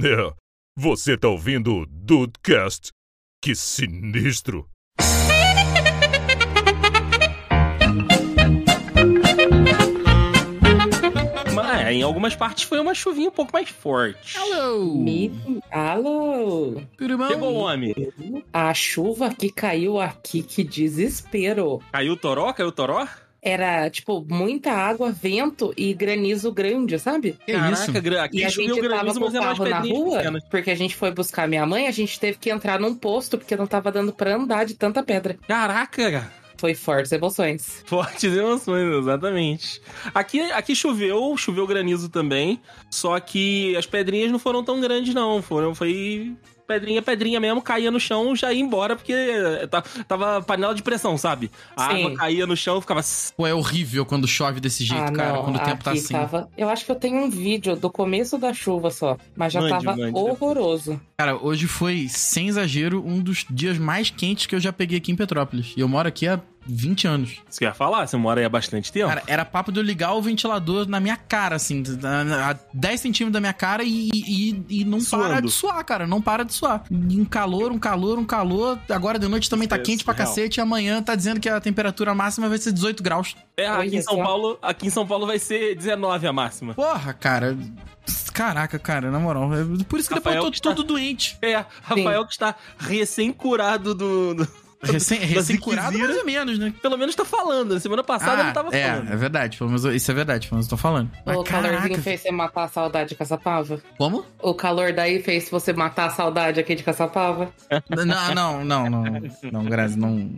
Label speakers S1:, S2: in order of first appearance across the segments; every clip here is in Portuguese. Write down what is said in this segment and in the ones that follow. S1: É, você tá ouvindo o Dudecast? Que sinistro!
S2: Mas é, em algumas partes foi uma chuvinha um pouco mais forte.
S3: Alô!
S4: Me... Alô!
S3: Turmão!
S2: Pegou o homem.
S4: A chuva que caiu aqui, que desespero.
S2: Caiu o toró? Caiu o toró?
S4: Era, tipo, muita água, vento e granizo grande, sabe?
S3: Que isso?
S2: Caraca, gra-
S4: E
S2: aqui
S4: a
S2: choveu
S4: gente tava
S2: granizo,
S4: com
S2: mas
S4: o
S2: é mais
S4: carro na
S2: pedrinhas
S4: rua,
S2: pequenas.
S4: porque a gente foi buscar minha mãe, a gente teve que entrar num posto, porque não tava dando pra andar de tanta pedra.
S2: Caraca, cara.
S4: Foi fortes emoções.
S2: Fortes emoções, exatamente. Aqui, aqui choveu, choveu granizo também. Só que as pedrinhas não foram tão grandes, não. Foram, foi pedrinha, pedrinha mesmo, caía no chão, já ia embora, porque ta- tava panela de pressão, sabe? A
S4: Sim.
S2: água caía no chão, ficava. "Sss".
S3: Pô, é horrível quando chove desse jeito,
S4: ah,
S3: cara.
S4: não,
S3: Quando o tempo
S4: aqui
S3: tá assim.
S4: tava... Eu acho que eu tenho um vídeo do começo da chuva só, mas já
S2: Mande,
S4: tava
S2: mande depois.
S4: horroroso.
S3: Cara, hoje foi, sem exagero, um dos dias mais quentes que eu já peguei aqui em Petrópolis. E eu moro aqui há 20 anos.
S2: Isso que eu ia falar, você mora aí há bastante tempo.
S3: Cara, era papo de eu ligar o ventilador na minha cara, assim, na- na- a 10 centímetros da minha cara e, e, e não para
S2: Suando.
S3: de suar, cara. Não para de suar. E Um calor, um calor, um calor. Agora de noite também tá
S2: É
S3: quente pra
S2: surreal.
S3: cacete. E amanhã tá dizendo que a temperatura máxima vai ser 18 graus.
S2: é, aqui,
S4: olha
S2: em São
S3: assim,
S4: só.
S2: Paulo, aqui em São Paulo vai ser 19 a máxima.
S3: Porra, cara. Caraca, cara, na moral. é Por isso que depois eu tô
S2: Rafael tá-
S3: todo doente.
S2: É, Rafael que está recém-curado do. do-
S3: Recém- Recém-curado,
S2: ziquezira.
S3: mais ou menos, né?
S2: Pelo menos tá falando. Semana passada
S3: Ah,
S2: ele tava
S3: é,
S2: falando.
S3: É verdade, pelo menos isso é verdade, pelo menos eu tô falando. Mas
S4: o calorzinho
S3: caraca,
S4: fez você matar a saudade de Caçapava?
S3: Como?
S4: O calor daí fez você matar a saudade aqui de Caçapava?
S3: Não, não, não, não. Não, graças, não.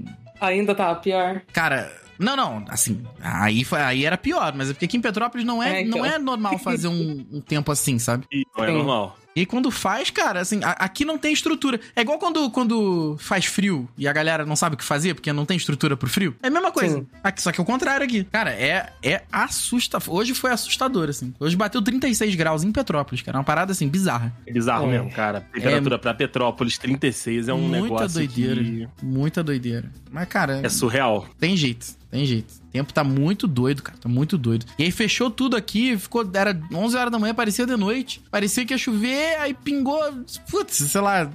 S4: Ainda tava pior.
S3: Cara, não, não, assim, aí, foi, aí era pior, mas é porque aqui em Petrópolis não é,
S4: É, então.
S3: não é normal fazer um, um tempo assim, sabe?
S2: E não é
S4: Sim.
S2: normal.
S3: E quando faz, cara, assim, a- aqui não tem estrutura. É igual quando, quando faz frio e a galera não sabe o que fazer porque não tem estrutura pro frio. É a mesma coisa.
S4: Sim.
S3: Aqui, só que é o contrário aqui. Cara, é, é assustador. Hoje foi assustador, assim. Hoje bateu 36 graus em Petrópolis, cara. Uma parada, assim, bizarra.
S2: É bizarro
S4: É.
S2: mesmo, cara. Temperatura pra Petrópolis 36 é um
S3: Muita
S2: negócio
S3: doideira.
S2: que
S3: Muita doideira. Mas, cara,
S2: é surreal.
S3: tem jeito, tem jeito. O tempo tá muito doido, cara, tá muito doido. E aí fechou tudo aqui, ficou, era 11 horas da manhã, parecia de noite. Parecia que ia chover, aí pingou, putz, sei lá,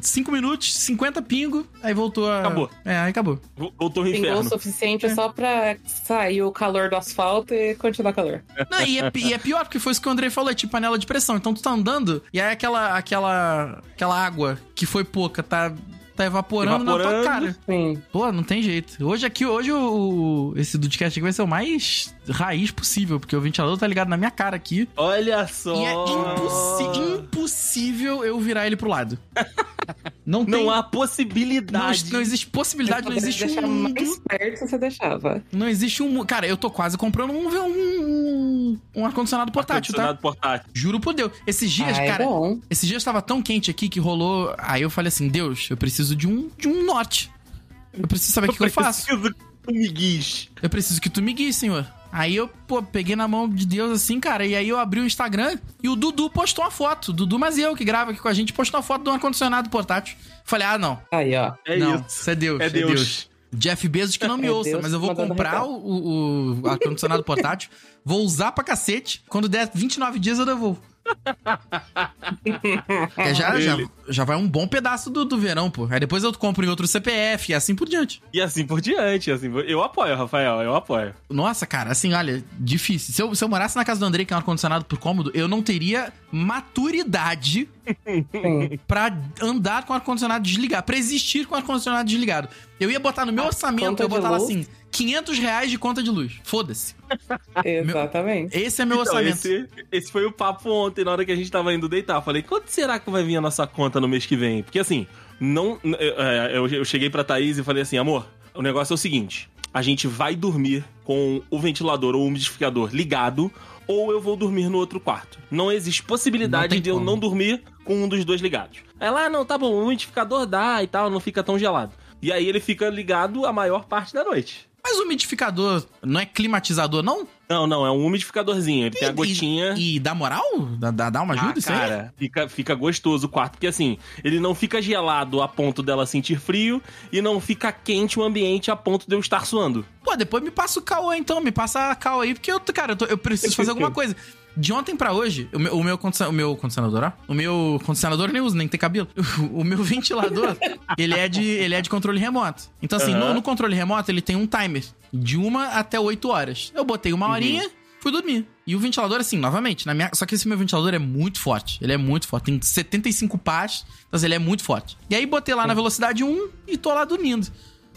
S3: 5 minutos, 50 pingo, aí voltou a...
S2: Acabou.
S3: É, aí acabou.
S2: Vol- Voltou no
S4: Pingou o
S2: inferno.
S4: suficiente só pra sair o calor do asfalto e continuar calor.
S3: Não, e é, pi- e é pior, porque foi isso que o Andrei falou, é tipo panela de pressão. Então tu tá andando, e aí aquela, aquela, aquela água que foi pouca tá... Tá evaporando, na tua
S2: Evaporando.
S3: cara.
S4: Sim.
S3: Pô, não tem jeito. Hoje aqui, hoje o, o- esse Dudcast aqui vai ser o mais raiz possível, porque o ventilador tá ligado na minha cara aqui.
S2: Olha só.
S3: E é impossi- impossível eu virar ele pro lado. Não tem.
S2: Não há
S3: não,
S2: possibilidade.
S3: não existe possibilidade, não
S4: Poderia
S3: existe
S4: deixar
S3: um mundo.
S4: mais perto se você deixava.
S3: Não existe um. mu- Cara, eu tô quase comprando um, um, um ar-condicionado portátil, tá?
S2: Ar-condicionado portátil.
S3: Juro por Deus. Esses dias,
S4: ah,
S3: cara,
S4: é bom.
S3: esses dias tava tão quente aqui que rolou. Aí eu falei assim: Deus, eu preciso de um, de um norte. Eu preciso saber o que, que eu faço.
S2: preciso que tu me guies.
S3: Eu preciso que tu me guie, senhor. Aí eu, pô, peguei na mão de Deus assim, cara. E aí eu abri o Instagram e o Dudu postou uma foto. O Dudu, mas eu que grava aqui com a gente, postou uma foto de um ar-condicionado portátil. Falei, ah, não.
S4: Aí, ó.
S2: É
S3: não,
S2: isso.
S3: é Deus.
S2: É Deus.
S3: Jeff Bezos que não me
S4: É
S3: ouça,
S4: Deus
S3: mas eu vou
S4: mandando
S3: comprar o,
S4: recado.
S3: o- o ar-condicionado portátil, vou usar pra cacete. Quando der 29 dias eu devolvo. Porque já, já,
S2: Ele.
S3: já vai um bom pedaço do, do verão, pô. Aí depois eu compro em outro CPF e assim por diante.
S2: E assim por diante. Assim por- Eu apoio, Rafael. Eu apoio.
S3: Nossa, cara, assim, olha, difícil. Se eu, se eu morasse na casa do Andrei, que é um ar-condicionado por cômodo, eu não teria maturidade
S4: Sim.
S3: pra andar com o ar-condicionado desligado, pra existir com o ar-condicionado desligado. Eu ia botar no meu
S4: A
S3: orçamento,
S4: conta
S3: eu ia
S4: de
S3: botar lá
S4: luz?
S3: assim, 500 reais de conta de luz. Foda-se. Ah,
S4: Exatamente.
S3: Esse é meu
S2: Então,
S3: orçamento.
S2: esse, esse foi o papo ontem, na hora que a gente tava indo deitar. Eu Falei, quanto será que vai vir a nossa conta no mês que vem? Porque assim, não. n- é, é, Eu, eu cheguei pra Thaís e falei assim, amor, o negócio é o seguinte: a gente vai dormir com o ventilador ou o umidificador ligado, ou eu vou dormir no outro quarto. Não existe
S3: Não
S2: possibilidade
S3: tem
S2: de eu
S3: como.
S2: não dormir com um dos dois ligados. Ela, ah, não, tá bom, o umidificador dá e tal, não fica tão gelado. E aí ele fica ligado a maior parte da noite.
S3: Mas o umidificador não é climatizador, não?
S2: Não, não, é um umidificadorzinho. Ele tem a
S3: E-
S2: gotinha.
S3: E, e dá moral? Dá, dá, dá uma ajuda
S2: ah,
S3: isso aí?
S2: cara, fica, fica gostoso o quarto, porque assim, ele não fica gelado a ponto dela sentir frio e não fica quente o ambiente a ponto de eu estar suando.
S3: Pô, depois me passa o caô então, me passa a caô aí, porque eu, cara, eu, tô- eu preciso fazer alguma coisa. De ontem pra hoje, o meu, o meu, condicion- o meu condicionador, ó. O meu condicionador eu nem uso, nem tem cabelo. O meu ventilador, ele é de, ele é de controle remoto. Então, assim,
S2: Aham.
S3: no, no controle remoto ele tem um timer de uma até oito horas. Eu botei uma horinha, fui dormir. E o ventilador, assim, novamente, na minha... só que esse meu ventilador é muito forte. Ele é muito forte. Tem 75 pás, mas ele é muito forte. E aí botei lá na velocidade 1 e tô lá dormindo.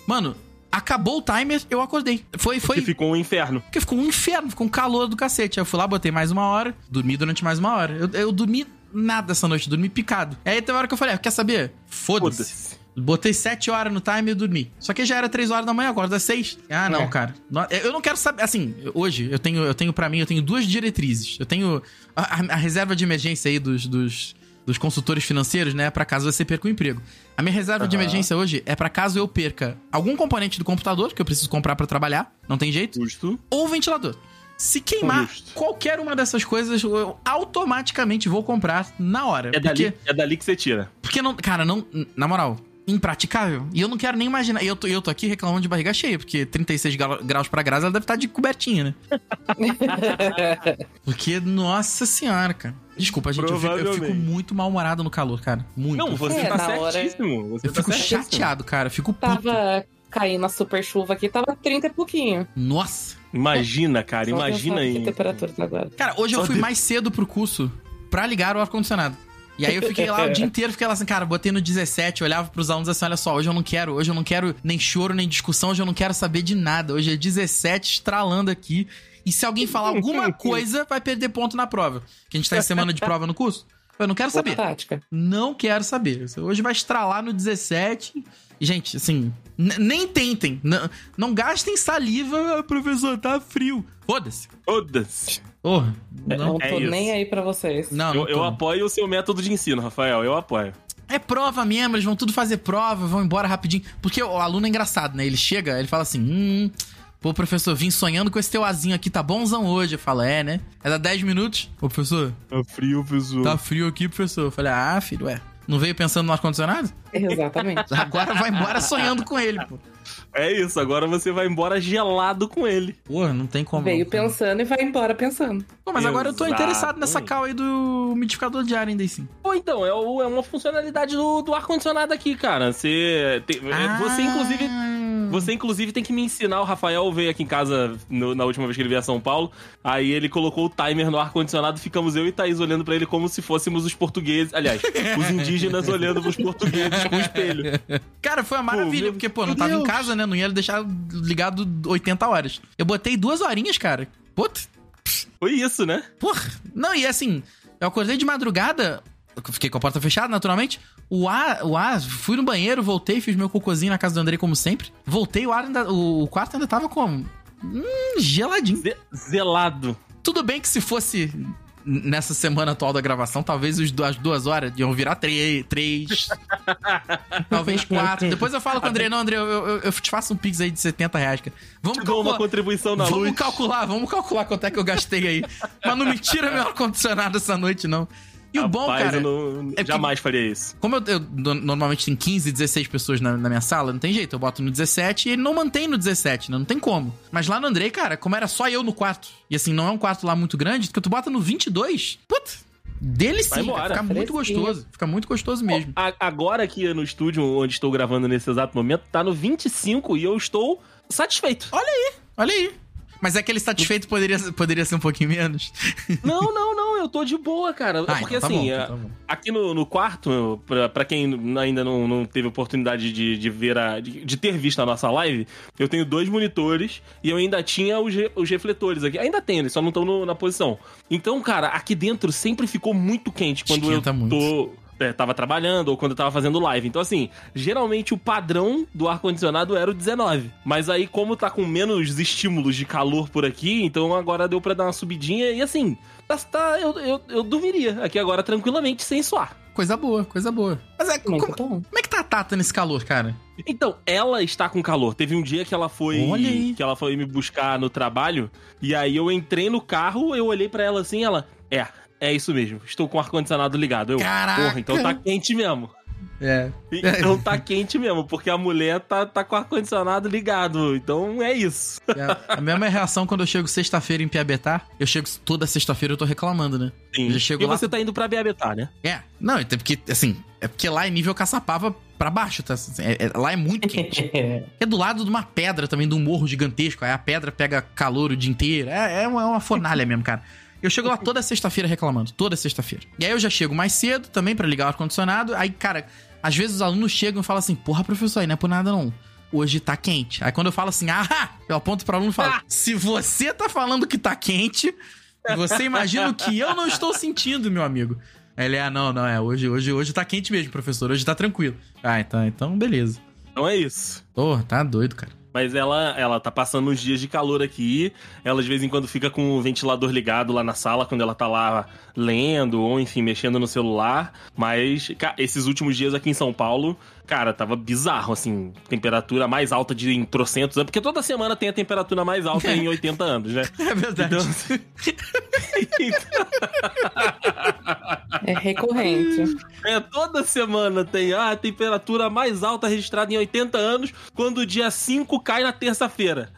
S3: Mano, acabou o timer, eu acordei. Foi, foi.
S2: Que ficou um inferno.
S3: Porque ficou um inferno, ficou um calor do cacete. Aí eu fui lá, botei mais uma hora, dormi durante mais uma hora. Eu, eu dormi nada essa noite, dormi picado. Aí teve uma hora que eu falei, ah, quer saber? Foda-se.
S2: Foda-se.
S3: Botei 7 horas no time e dormi. Só que já era 3 horas da manhã, agora das 6. Ah, não,
S4: É.
S3: cara. No- Eu não quero saber. Assim, hoje eu tenho, eu tenho para mim, eu tenho duas diretrizes. Eu tenho a, a- a reserva de emergência aí dos, dos, dos consultores financeiros, né? Pra caso você perca o emprego. A minha reserva de
S2: Aham.
S3: emergência hoje é pra caso eu perca algum componente do computador que eu preciso comprar pra trabalhar, não tem jeito,
S2: Justo.
S3: ou ventilador. Se queimar
S2: Justo.
S3: qualquer uma dessas coisas, eu automaticamente vou comprar na hora.
S2: É dali, é dali que você tira.
S3: Porque não. Cara, não. Na moral, impraticável. E eu não quero nem imaginar. E eu tô, eu tô aqui reclamando de barriga cheia, porque 36 gra- graus pra graça ela deve estar de cobertinha, né? Porque, nossa senhora, cara. Desculpa, gente, eu fico, eu fico
S2: Provavelmente.
S3: muito mal-humorado no calor, cara. Muito.
S2: Não, você
S4: É,
S2: tá
S4: na hora-
S2: certíssimo. Você
S3: Eu
S2: tá
S3: fico
S2: certíssimo.
S3: chateado, cara. Eu fico puto.
S4: Tava caindo a super chuva aqui, tava 30 e pouquinho.
S3: Nossa.
S2: Imagina, cara,
S4: Só
S2: imagina
S4: pensar Que
S2: aí.
S4: temperatura tá agora.
S3: Cara, hoje eu
S2: Só
S3: fui
S2: de-
S3: mais cedo pro curso pra ligar o ar-condicionado. E aí eu fiquei lá o dia inteiro, fiquei lá assim, cara, botei no 17, olhava pros alunos assim, olha só, hoje eu não quero, hoje eu não quero nem choro, nem discussão, hoje eu não quero saber de nada. Hoje é 17 estralando aqui. E se alguém falar alguma coisa, vai perder ponto na prova. Que a gente tá em semana de prova no curso. Eu não quero
S4: Boa
S3: saber.
S4: tática.
S3: Não quero saber. Hoje vai estralar no 17. E, Gente, assim, n- nem tentem. N- não gastem saliva, "Ah, professor, tá frio. Foda-se.
S2: Foda-se.
S3: Oh,
S4: Não
S3: não,
S2: é
S4: tô
S2: isso.
S4: nem aí pra vocês.
S3: não, não
S2: Eu, eu
S3: tô.
S2: apoio o seu método de ensino, Rafael. Eu apoio.
S3: É prova mesmo, eles vão tudo fazer prova, vão embora rapidinho. Porque o aluno é engraçado, né? Ele chega, ele fala assim: hum, pô, professor, vim sonhando com esse teu azinho aqui, tá bonzão hoje. Eu falo, é, né? É da 10 minutos. Ô, professor,
S2: Tá frio, pessoal.
S3: tá frio aqui, professor. Eu falei, ah, filho, ué. Não veio pensando no ar-condicionado?
S4: Exatamente.
S3: Agora vai embora sonhando com ele, pô.
S2: É isso, agora você vai embora gelado com ele.
S3: Porra, não tem como.
S4: Veio
S3: não, cara.
S4: pensando e vai embora pensando.
S3: Pô, mas agora eu tô
S2: Exato.
S3: interessado nessa cal aí do umidificador de ar ainda assim.
S2: Pô, então, é, o- é uma funcionalidade do, do ar-condicionado aqui, cara. Você, tem- é,
S3: Ah.
S2: você, inclusive, Você, inclusive, tem que me ensinar. O Rafael veio aqui em casa no- na última vez que ele veio a São Paulo. Aí ele colocou o timer no ar-condicionado. Ficamos eu e Thaís olhando pra ele como se fôssemos os portugueses. Aliás, os indígenas olhando pros portugueses com o espelho.
S3: Cara, foi uma maravilha,
S2: meu-
S3: porque, pô, não
S2: meu
S3: tava em
S2: Deus.
S3: casa, né? Não ia deixar ligado 80 horas. Eu botei duas horinhas, cara. Puta,
S2: Foi isso, né?
S3: porra. Não, e assim, eu acordei de madrugada, eu fiquei com a porta fechada, naturalmente. O ar, o ar, fui no banheiro, voltei, fiz meu cocôzinho na casa do André, como sempre. Voltei, o ar ainda, o quarto ainda tava como? Hum, geladinho.
S2: Ze- zelado.
S3: Tudo bem que se fosse nessa semana atual da gravação, talvez os du- as duas horas iam virar três, três talvez quatro. Depois eu falo com o André, não, André, eu, eu, eu te faço um pix aí de 70 reais, cara. Vamos
S2: Te dou uma
S3: calcular,
S2: contribuição na
S3: vamos
S2: luz.
S3: calcular, vamos calcular quanto é que eu gastei aí. Mas não me tira meu ar-condicionado essa noite, não. E o bom,
S2: Rapaz,
S3: cara...
S2: eu não-
S3: é que-
S2: jamais faria isso.
S3: Como eu, eu no- normalmente tem 15, 16 pessoas na, na minha sala, não tem jeito. Eu boto no 17 e ele não mantém no 17, né? Não tem como. Mas lá no Andrei, cara, como era só eu no quarto, e assim, não é um quarto lá muito grande, que tu bota no 22, puta, dele
S2: Vai
S3: sim, cara,
S2: embora,
S3: fica muito
S4: fresquinho.
S3: gostoso. Fica muito gostoso mesmo.
S2: A- agora aqui no estúdio, onde estou gravando nesse exato momento, tá no 25 e eu estou satisfeito.
S3: Olha aí. Mas é que ele satisfeito poderia, poderia ser um pouquinho menos.
S2: não, não, não, eu tô de boa, cara.
S3: Ah,
S2: Porque
S3: então
S2: assim,
S3: tá bom,
S2: a-
S3: então tá bom.
S2: Aqui no, no quarto, pra, pra quem ainda não, não teve oportunidade de, de ver a. De, de ter visto a nossa live, eu tenho dois monitores e eu ainda tinha os, re- os refletores aqui. Ainda tem, eles só não estão na posição. Então, cara, aqui dentro sempre ficou muito quente quando
S3: Esquenta
S2: eu
S3: muito.
S2: tô. é, tava trabalhando ou quando eu tava fazendo live. Então, assim, geralmente o padrão do ar-condicionado era o 19. Mas aí, como tá com menos estímulos de calor por aqui, então agora deu pra dar uma subidinha. E assim, tá, tá- eu, eu, eu dormiria aqui agora tranquilamente, sem suar.
S3: Coisa boa, coisa boa. Mas é, como,
S4: Muito
S3: como
S4: bom.
S3: é que tá a Tata nesse calor, cara?
S2: Então, ela está com calor. Teve um dia que ela foi
S3: Olha aí.
S2: que ela foi me buscar no trabalho, e aí eu entrei no carro, eu olhei pra ela assim, ela, é, é isso mesmo. Estou com o ar condicionado ligado. Eu,
S3: Caraca.
S2: porra, então tá quente mesmo.
S3: É.
S2: E- Então tá quente mesmo, porque a mulher tá, tá com o ar-condicionado ligado. Então é isso.
S3: É a mesma reação quando eu chego sexta-feira em Piabetá. Eu chego toda sexta-feira eu tô reclamando, né? Ele chegou
S2: e
S3: lá-
S2: você tá indo pra Beabetá, né?
S3: É. Não, até porque, assim, é porque lá é nível caçapava pra baixo, tá? Assim, é- é- lá é muito quente. É do lado de uma pedra também, de um morro gigantesco. Aí a pedra pega calor o dia inteiro. É, é uma, é uma fornalha mesmo, cara. Eu chego lá toda sexta-feira reclamando, toda sexta-feira. E aí eu já chego mais cedo também pra ligar o ar-condicionado. Aí, cara, às vezes os alunos chegam e falam assim: Porra, professor, aí não é por nada não. Hoje tá quente. Aí quando eu falo assim, ah, eu aponto pro aluno e falo: Se você tá falando que tá quente, você imagina o que eu não estou sentindo, meu amigo. Aí ele, ah, não, não, é. Hoje, hoje, hoje tá quente mesmo, professor. Hoje tá tranquilo. Ah, então, então beleza.
S2: Então é isso.
S3: Porra, tá doido, cara.
S2: Mas ela, ela tá passando uns dias de calor aqui. Ela de vez em quando fica com o ventilador ligado lá na sala quando ela tá lá lendo ou enfim, mexendo no celular. Mas ca- esses últimos dias aqui em São Paulo, cara, tava bizarro assim, temperatura mais alta de em trocentos anos, porque toda semana tem a temperatura mais alta em 80 anos, né?
S3: É verdade.
S2: Então, assim,
S4: É
S3: Ah.
S4: recorrente.
S2: É, toda semana tem ah, a temperatura mais alta registrada em 80 anos, quando o dia 5 cai na terça-feira.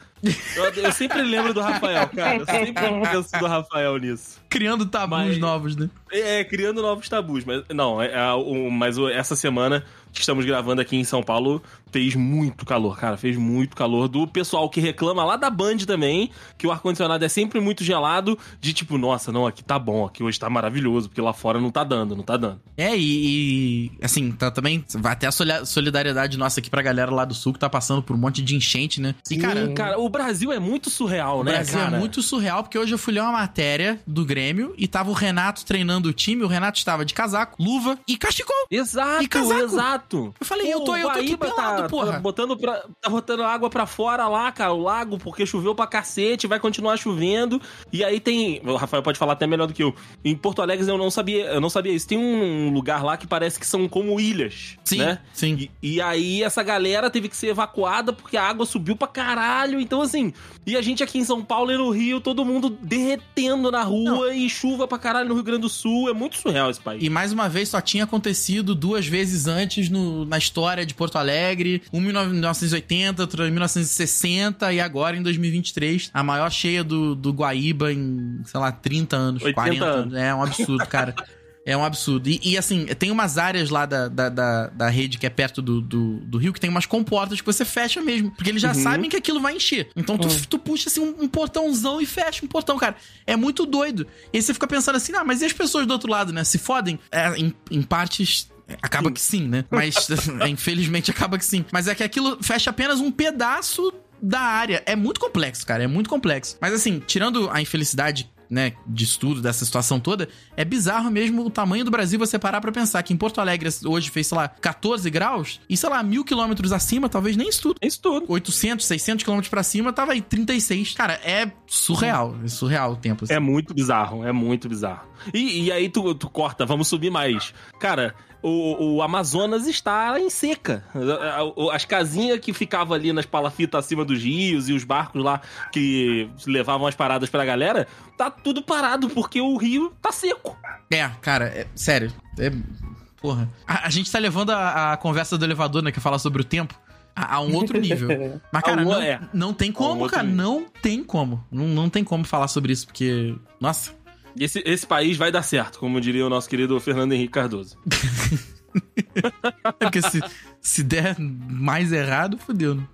S2: Eu, eu sempre lembro do Rafael, cara. Eu sempre penso do Rafael nisso.
S3: Criando tabus
S2: Mas-
S3: novos, né?
S2: É, é, criando novos tabus, mas não, é, é, o- mas o- essa semana que estamos gravando aqui em São Paulo fez muito calor, cara, fez muito calor do pessoal que reclama lá da Band também, que o ar condicionado é sempre muito gelado, de tipo, nossa, não, aqui tá bom, aqui hoje tá maravilhoso, porque lá fora não tá dando, não tá dando.
S3: É, e, e, assim, tá também. Vai até a soli- solidariedade nossa aqui pra galera lá do sul que tá passando por um monte de enchente, né?
S2: E,
S3: e, cara,
S2: cara, o Brasil é muito surreal,
S3: o
S2: né,
S3: Brasil
S2: cara?
S3: é muito surreal, porque hoje eu fui ler uma matéria do Grêmio e tava o Renato treinando o time. O Renato estava de casaco, luva e cachecol. E
S2: Exato,
S3: casaco?
S2: exato.
S3: Eu falei, eu tô, eu tô aqui
S2: Guaíba
S3: pelado,
S2: tá,
S3: porra.
S2: Tá botando, pra- tá botando água pra fora lá, cara, o lago, porque choveu pra cacete, vai continuar chovendo. E aí tem. O Rafael pode falar até melhor do que eu. Em Porto Alegre eu não sabia, eu não sabia isso. Tem um lugar lá que parece que são como ilhas.
S3: Sim,
S2: né?
S3: sim.
S2: E, e aí essa galera teve que ser evacuada porque a água subiu pra caralho. Então, assim, e a gente aqui em São Paulo e no Rio, todo mundo derretendo na rua e chuva pra caralho no Rio Grande do Sul. É muito surreal esse país.
S3: E mais uma vez só tinha acontecido duas vezes antes no- na história de Porto Alegre, uma em 1980, outra em 1960 e agora em 2023, a maior cheia do, do Guaíba em, sei lá, 30 anos,
S2: 80
S3: 40
S2: anos.
S3: anos. É um absurdo, cara. É um absurdo. E, e, assim, tem umas áreas lá da, da, da, da rede que é perto do, do, do rio que tem umas comportas que você fecha mesmo. Porque eles já
S2: Uhum.
S3: sabem que aquilo vai encher. Então tu,
S4: Hum.
S3: tu puxa assim um, um portãozão e fecha um portão, cara. É muito doido. E aí você fica pensando assim, ah, mas e as pessoas do outro lado, né? Se fodem? É, em, em partes. é, Acaba que sim, né? Mas é, infelizmente acaba que sim. Mas é que aquilo fecha apenas um pedaço da área. É muito complexo, cara. É muito complexo. Mas assim, tirando a infelicidade, né, disso tudo, dessa situação toda, é bizarro mesmo o tamanho do Brasil você parar pra pensar que em Porto Alegre hoje fez, sei lá, 14 graus e, sei lá, mil quilômetros acima, talvez nem isso tudo.
S2: É Isso tudo.
S3: 800, 600 quilômetros pra cima, tava aí 36. Cara, é surreal. É surreal o tempo. assim.
S2: É muito bizarro, é muito bizarro. E, e aí tu, tu corta, vamos subir mais. Cara, o, o Amazonas está em seca. As casinhas que ficavam ali nas palafitas acima dos rios e os barcos lá que levavam as paradas pra galera, tá tudo parado porque o rio tá seco.
S3: É, cara, é- sério. É, porra. A, a gente tá levando a, a conversa do elevador, né, que fala sobre o tempo, a, a um outro nível. Mas, cara,
S2: Ao-
S3: não,
S2: é.
S3: não tem
S2: Ao
S3: como,
S2: outro
S3: cara.
S2: nível.
S3: Não tem como. Não, não tem como falar sobre isso, porque. Nossa.
S2: E Esse, esse país vai dar certo, como diria o nosso querido Fernando Henrique Cardoso.
S3: É porque se, se der mais errado, fodeu, né?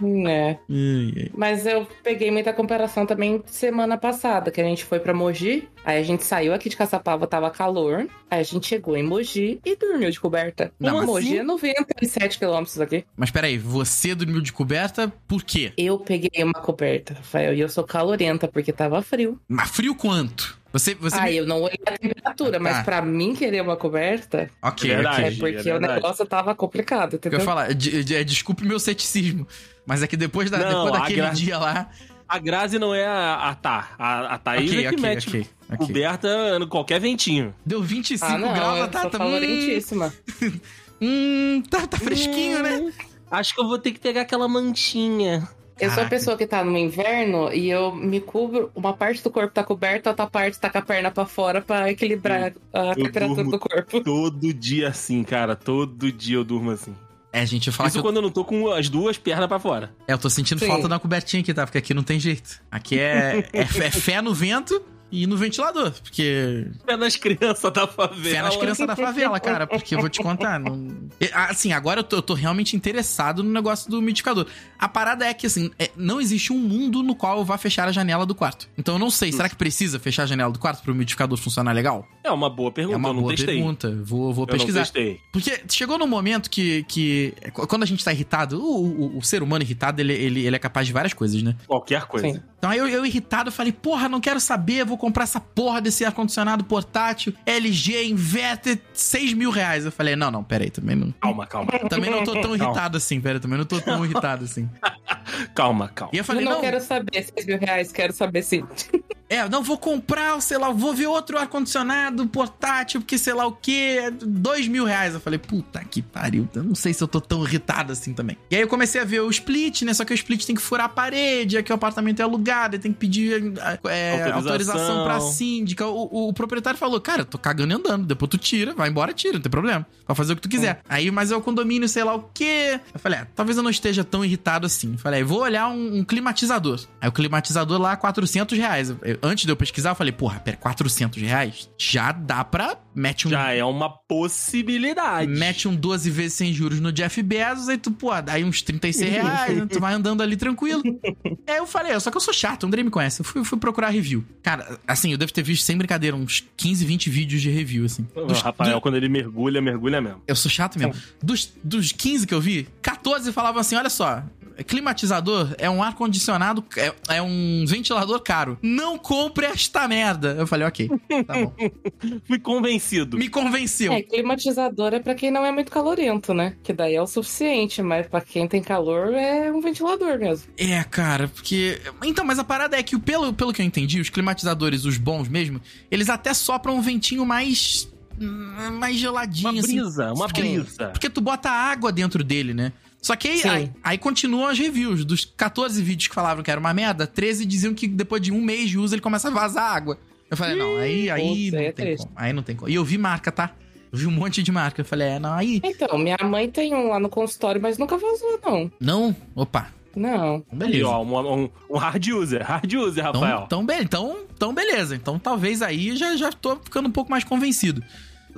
S4: Né?
S3: Ai, ai.
S4: Mas eu peguei muita comparação também semana passada, que a gente foi pra Mogi, aí a gente saiu aqui de Caçapava, tava calor, aí a gente chegou em Mogi e dormiu de coberta.
S3: Não,
S4: Uma
S3: mas-
S4: Mogi é 97 quilômetros aqui.
S3: Mas peraí, você dormiu de coberta por quê?
S4: Eu peguei uma coberta, Rafael, e eu sou calorenta porque tava frio.
S3: Mas frio quanto? Você. você
S4: Aí eu não olhei a temperatura,
S3: Tá.
S4: mas pra mim querer uma coberta
S3: Ok,
S2: É verdade.
S3: ok.
S4: é
S2: Entendi, é
S4: porque o
S2: verdade.
S4: negócio tava complicado,
S3: O que eu
S4: entendeu?
S3: ia falar, de- de- é, desculpe meu ceticismo, mas é que depois, da,
S2: Não,
S3: depois
S2: a
S3: daquele
S2: gra-
S3: dia lá.
S2: A Grazi não é a, a Tá. A, a Thaís
S3: ok,
S2: é que
S3: ok,
S2: mete
S3: ok. ok.
S2: coberta no qualquer ventinho.
S3: Deu 25
S4: Ah, não,
S3: graus, a
S4: eu sou
S3: Tata. Hum,
S4: calorentíssima.
S3: hum, tá, tá fresquinho, né?
S2: É, Acho que eu vou ter que pegar aquela mantinha.
S4: Eu sou a
S3: Caraca.
S4: pessoa que tá no inverno e eu me cubro, uma parte do corpo tá coberta, outra parte tá com a perna pra fora pra equilibrar a
S2: eu
S4: temperatura
S2: durmo
S4: do corpo.
S2: Todo dia assim, cara. Todo dia eu durmo assim.
S3: É, gente, eu falo
S2: Isso
S3: que eu,
S2: quando eu não tô com as duas pernas pra fora.
S3: é, eu tô sentindo
S4: Sim.
S3: falta da cobertinha aqui, tá? Porque aqui não tem jeito. Aqui é, é, fé- é fé no vento e no ventilador. Porque
S2: Pé nas crianças da favela.
S3: Fé nas crianças da favela, cara, porque eu vou te contar. não- E, Assim, agora eu tô, eu tô realmente interessado no negócio do mitificador. A parada é que, assim, é, não existe um mundo no qual eu vá fechar a janela do quarto. Então eu não sei, será que precisa fechar a janela do quarto pro mitificador funcionar legal?
S2: É uma boa pergunta,
S3: é uma
S2: eu não
S3: boa
S2: testei.
S3: pergunta. Vou, vou
S2: Eu não
S3: pesquisar.
S2: testei.
S3: Porque chegou num momento que, que é, qu- quando a gente tá irritado, o, o- o ser humano irritado, ele, ele, ele é capaz de várias coisas, né?
S2: Qualquer coisa.
S4: Sim.
S3: Então aí eu, eu irritado falei, porra, não quero saber, vou comprar essa porra desse ar-condicionado portátil, LG, inverter, 6 mil reais. Eu falei, não, não, peraí, também não.
S2: Calma, calma.
S3: Também não tô tão irritado assim, peraí, também não tô tão irritado assim.
S2: Calma, calma.
S3: E eu falei,
S4: eu
S3: não,
S4: não, quero saber 6 mil reais, quero saber sim.
S3: é, não vou comprar, sei lá, vou ver outro ar-condicionado portátil, porque sei lá o quê, é dois mil reais. Eu falei, puta que pariu, eu não sei se eu tô tão irritado assim também. E aí eu comecei a ver o split, né? Só que o split tem que furar a parede, aqui o apartamento é alugado, e tem que pedir é,
S2: Autorização.
S3: autorização pra síndica. O, o- o proprietário falou, cara, eu tô cagando e andando, depois tu tira, vai embora, tira, não tem problema. Vai fazer o que tu quiser. Aí, mas é o condomínio, sei lá o quê. Eu falei, ah, talvez eu não esteja tão irritado assim. Eu Falei, ah, eu vou olhar um, um climatizador. Aí o climatizador lá, 400 reais. Eu- eu- antes de eu pesquisar, eu falei, porra, pera, 400 reais? Já dá pra... Mete um...
S2: Já é uma possibilidade.
S3: Mete um 12 vezes sem juros no Jeff Bezos, aí tu, pô, aí uns 36 reais, né? tu vai andando ali tranquilo. Aí eu falei, só que eu sou chato, o André me conhece. Eu fui, fui procurar review. Cara, assim, eu devo ter visto, sem brincadeira, uns 15, 20 vídeos de review, assim.
S2: O
S3: Dos-
S2: Rafael,
S3: do-
S2: quando ele mergulha, mergulha mesmo.
S3: eu sou chato mesmo. Dos, dos 15 que eu vi, 14 falavam assim: olha só, climatizador é um ar-condicionado, é, é um ventilador caro. Não compre esta merda. Eu falei, ok, tá bom.
S2: Fui convencido.
S3: Me convenceu.
S4: É, climatizador é pra quem não é muito calorento, né? Que daí é o suficiente, mas pra quem tem calor é um ventilador mesmo.
S3: É, cara, porque. Então, mas a parada é que, pelo, pelo que eu entendi, os climatizadores, os bons mesmo, eles até sopram um ventinho mais. mais geladinho,
S2: Uma
S3: assim.
S2: brisa, uma
S3: porque-
S2: brisa.
S3: Porque tu bota água dentro dele, né? Só que aí,
S4: Sim.
S3: aí, aí continuam as reviews. Dos 14 vídeos que falavam que era uma merda, 13 diziam que depois de um mês de uso ele começa a vazar água. Eu falei, não, aí, aí
S4: puta,
S3: não
S4: aí
S3: tem
S4: é triste.
S3: como. Aí não tem como. E eu vi marca, tá? Eu vi um monte de marca. Eu falei, é, não, aí.
S4: Então, minha mãe tem um lá no consultório, mas nunca vazou, não.
S3: Não, opa, então
S4: Não.
S2: E,
S3: beleza.
S2: ó, um, um- um hard user, hard user,
S3: Então,
S2: Rafael.
S3: então, be- então, então, beleza. Então, talvez aí já, já tô ficando um pouco mais convencido.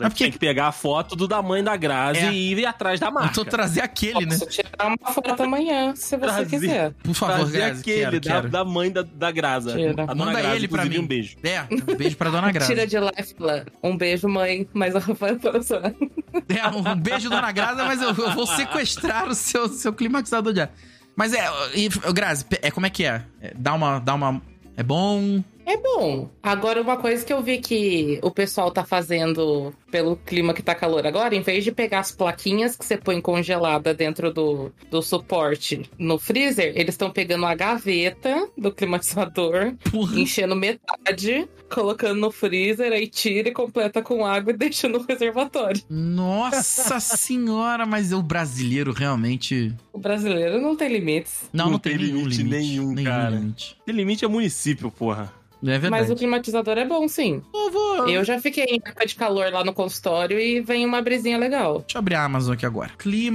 S3: mas porque-
S2: Tem que pegar a foto do da mãe da Grazi
S3: É.
S2: e ir atrás da marca.
S3: Então, trazer aquele, né?
S4: Posso tirar uma foto amanhã, se você
S2: Trazer.
S4: quiser.
S3: Por favor,
S2: Trazer
S3: Grazi,
S2: aquele
S3: quero,
S2: da,
S3: quero.
S2: da mãe da, da Graza.
S4: Tira.
S2: A dona
S3: Manda
S2: Grazi,
S3: ele pra
S2: inclusive,
S3: mim.
S2: um beijo.
S3: É, um beijo pra dona Grazi.
S4: Tira de lá e fala, um beijo, mãe, mas a Rafael falou só.
S3: É, um beijo, dona Graza, mas eu, eu vou sequestrar o seu, seu climatizador de ar. Mas é, e, ô, Grazi, pe- é, como é que é? É, Dá uma. Dá uma é bom.
S4: É bom. Agora, uma coisa que eu vi que o pessoal tá fazendo pelo clima que tá calor agora, em vez de pegar as plaquinhas que você põe congelada dentro do, do suporte no freezer, eles estão pegando a gaveta do climatizador,
S3: Porra.
S4: enchendo metade, colocando no freezer, aí tira e completa com água e deixa no reservatório.
S3: Nossa senhora, mas o brasileiro realmente.
S4: O brasileiro não tem limites.
S3: Não, não, tem, nenhum limite.
S2: nenhum, cara.
S3: limite.
S2: Esse limite é município, porra.
S3: É verdade.
S4: Mas o climatizador é bom, sim.
S3: Eu vou.
S4: Eu já fiquei em época de calor lá no consultório e vem uma brisinha legal.
S3: Deixa eu abrir a Amazon aqui agora.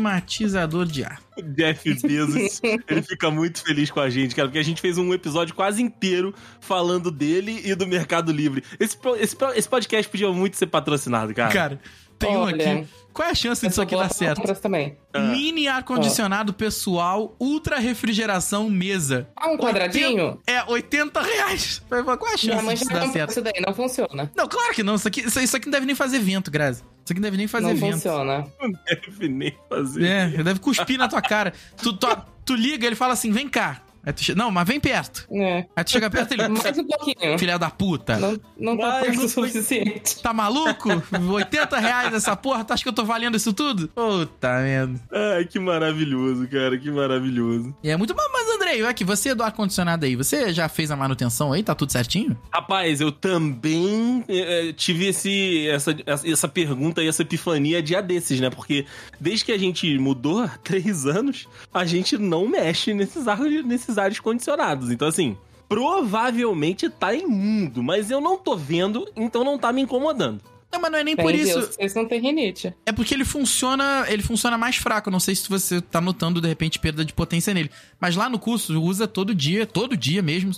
S3: Climatizador de ar.
S2: O Jeff Bezos, ele fica muito feliz com a gente, cara, porque a gente fez um episódio quase inteiro falando dele e do Mercado Livre. Esse, pro- esse, pro- esse podcast podia muito ser patrocinado, cara.
S3: Cara, tem um aqui. Qual é a chance disso aqui dar certo?
S4: Compras também.
S2: Ah.
S3: Mini ar-condicionado pessoal, ultra refrigeração, mesa.
S4: Ah, um quadradinho?
S3: É, 80 reais. Vai falar, Qual é a
S4: Minha mãe
S3: chance disso
S4: já
S3: dar
S4: comprou
S3: certo?
S4: isso daí, não funciona.
S3: Não, claro que não. Isso aqui, isso, isso aqui não deve nem fazer vento, Grazi. Isso aqui não deve nem fazer
S4: não
S3: vento.
S4: funciona.
S2: Deve nem fazer.
S3: É, deve cuspir na tua cara. Tu, tu, tu liga, ele fala assim, vem cá. Aí tu che- não, mas vem perto.
S4: É.
S3: Aí tu chega perto, ele...
S4: Mais um pouquinho.
S3: Filha da puta.
S4: Não, não tá
S2: Mais
S4: perto
S2: um
S4: o suficiente.
S3: Tá maluco? 80 reais essa porra? Tu acha que eu tô valendo isso tudo? Puta merda.
S2: Ai, que maravilhoso, cara, que maravilhoso.
S3: E é muito... Mas, André, Peraí, aqui, você do ar-condicionado aí, você já fez a manutenção aí? Tá tudo certinho?
S2: Rapaz, eu também eh, eh, tive esse, essa, essa- essa pergunta e essa epifania dia desses, né? Porque desde que a gente mudou há três anos, a gente não mexe nesses ares, nesses ares condicionados. Então, assim, provavelmente tá imundo, mas eu não tô vendo, então não tá me incomodando.
S3: Não, mas não é nem
S4: Por
S3: por isso.
S4: Deus, vocês não têm rinite.
S3: É porque ele funciona, ele funciona mais fraco. Eu Não sei se você tá notando, de repente, perda de potência nele. Mas lá no curso, usa todo dia, todo dia mesmo,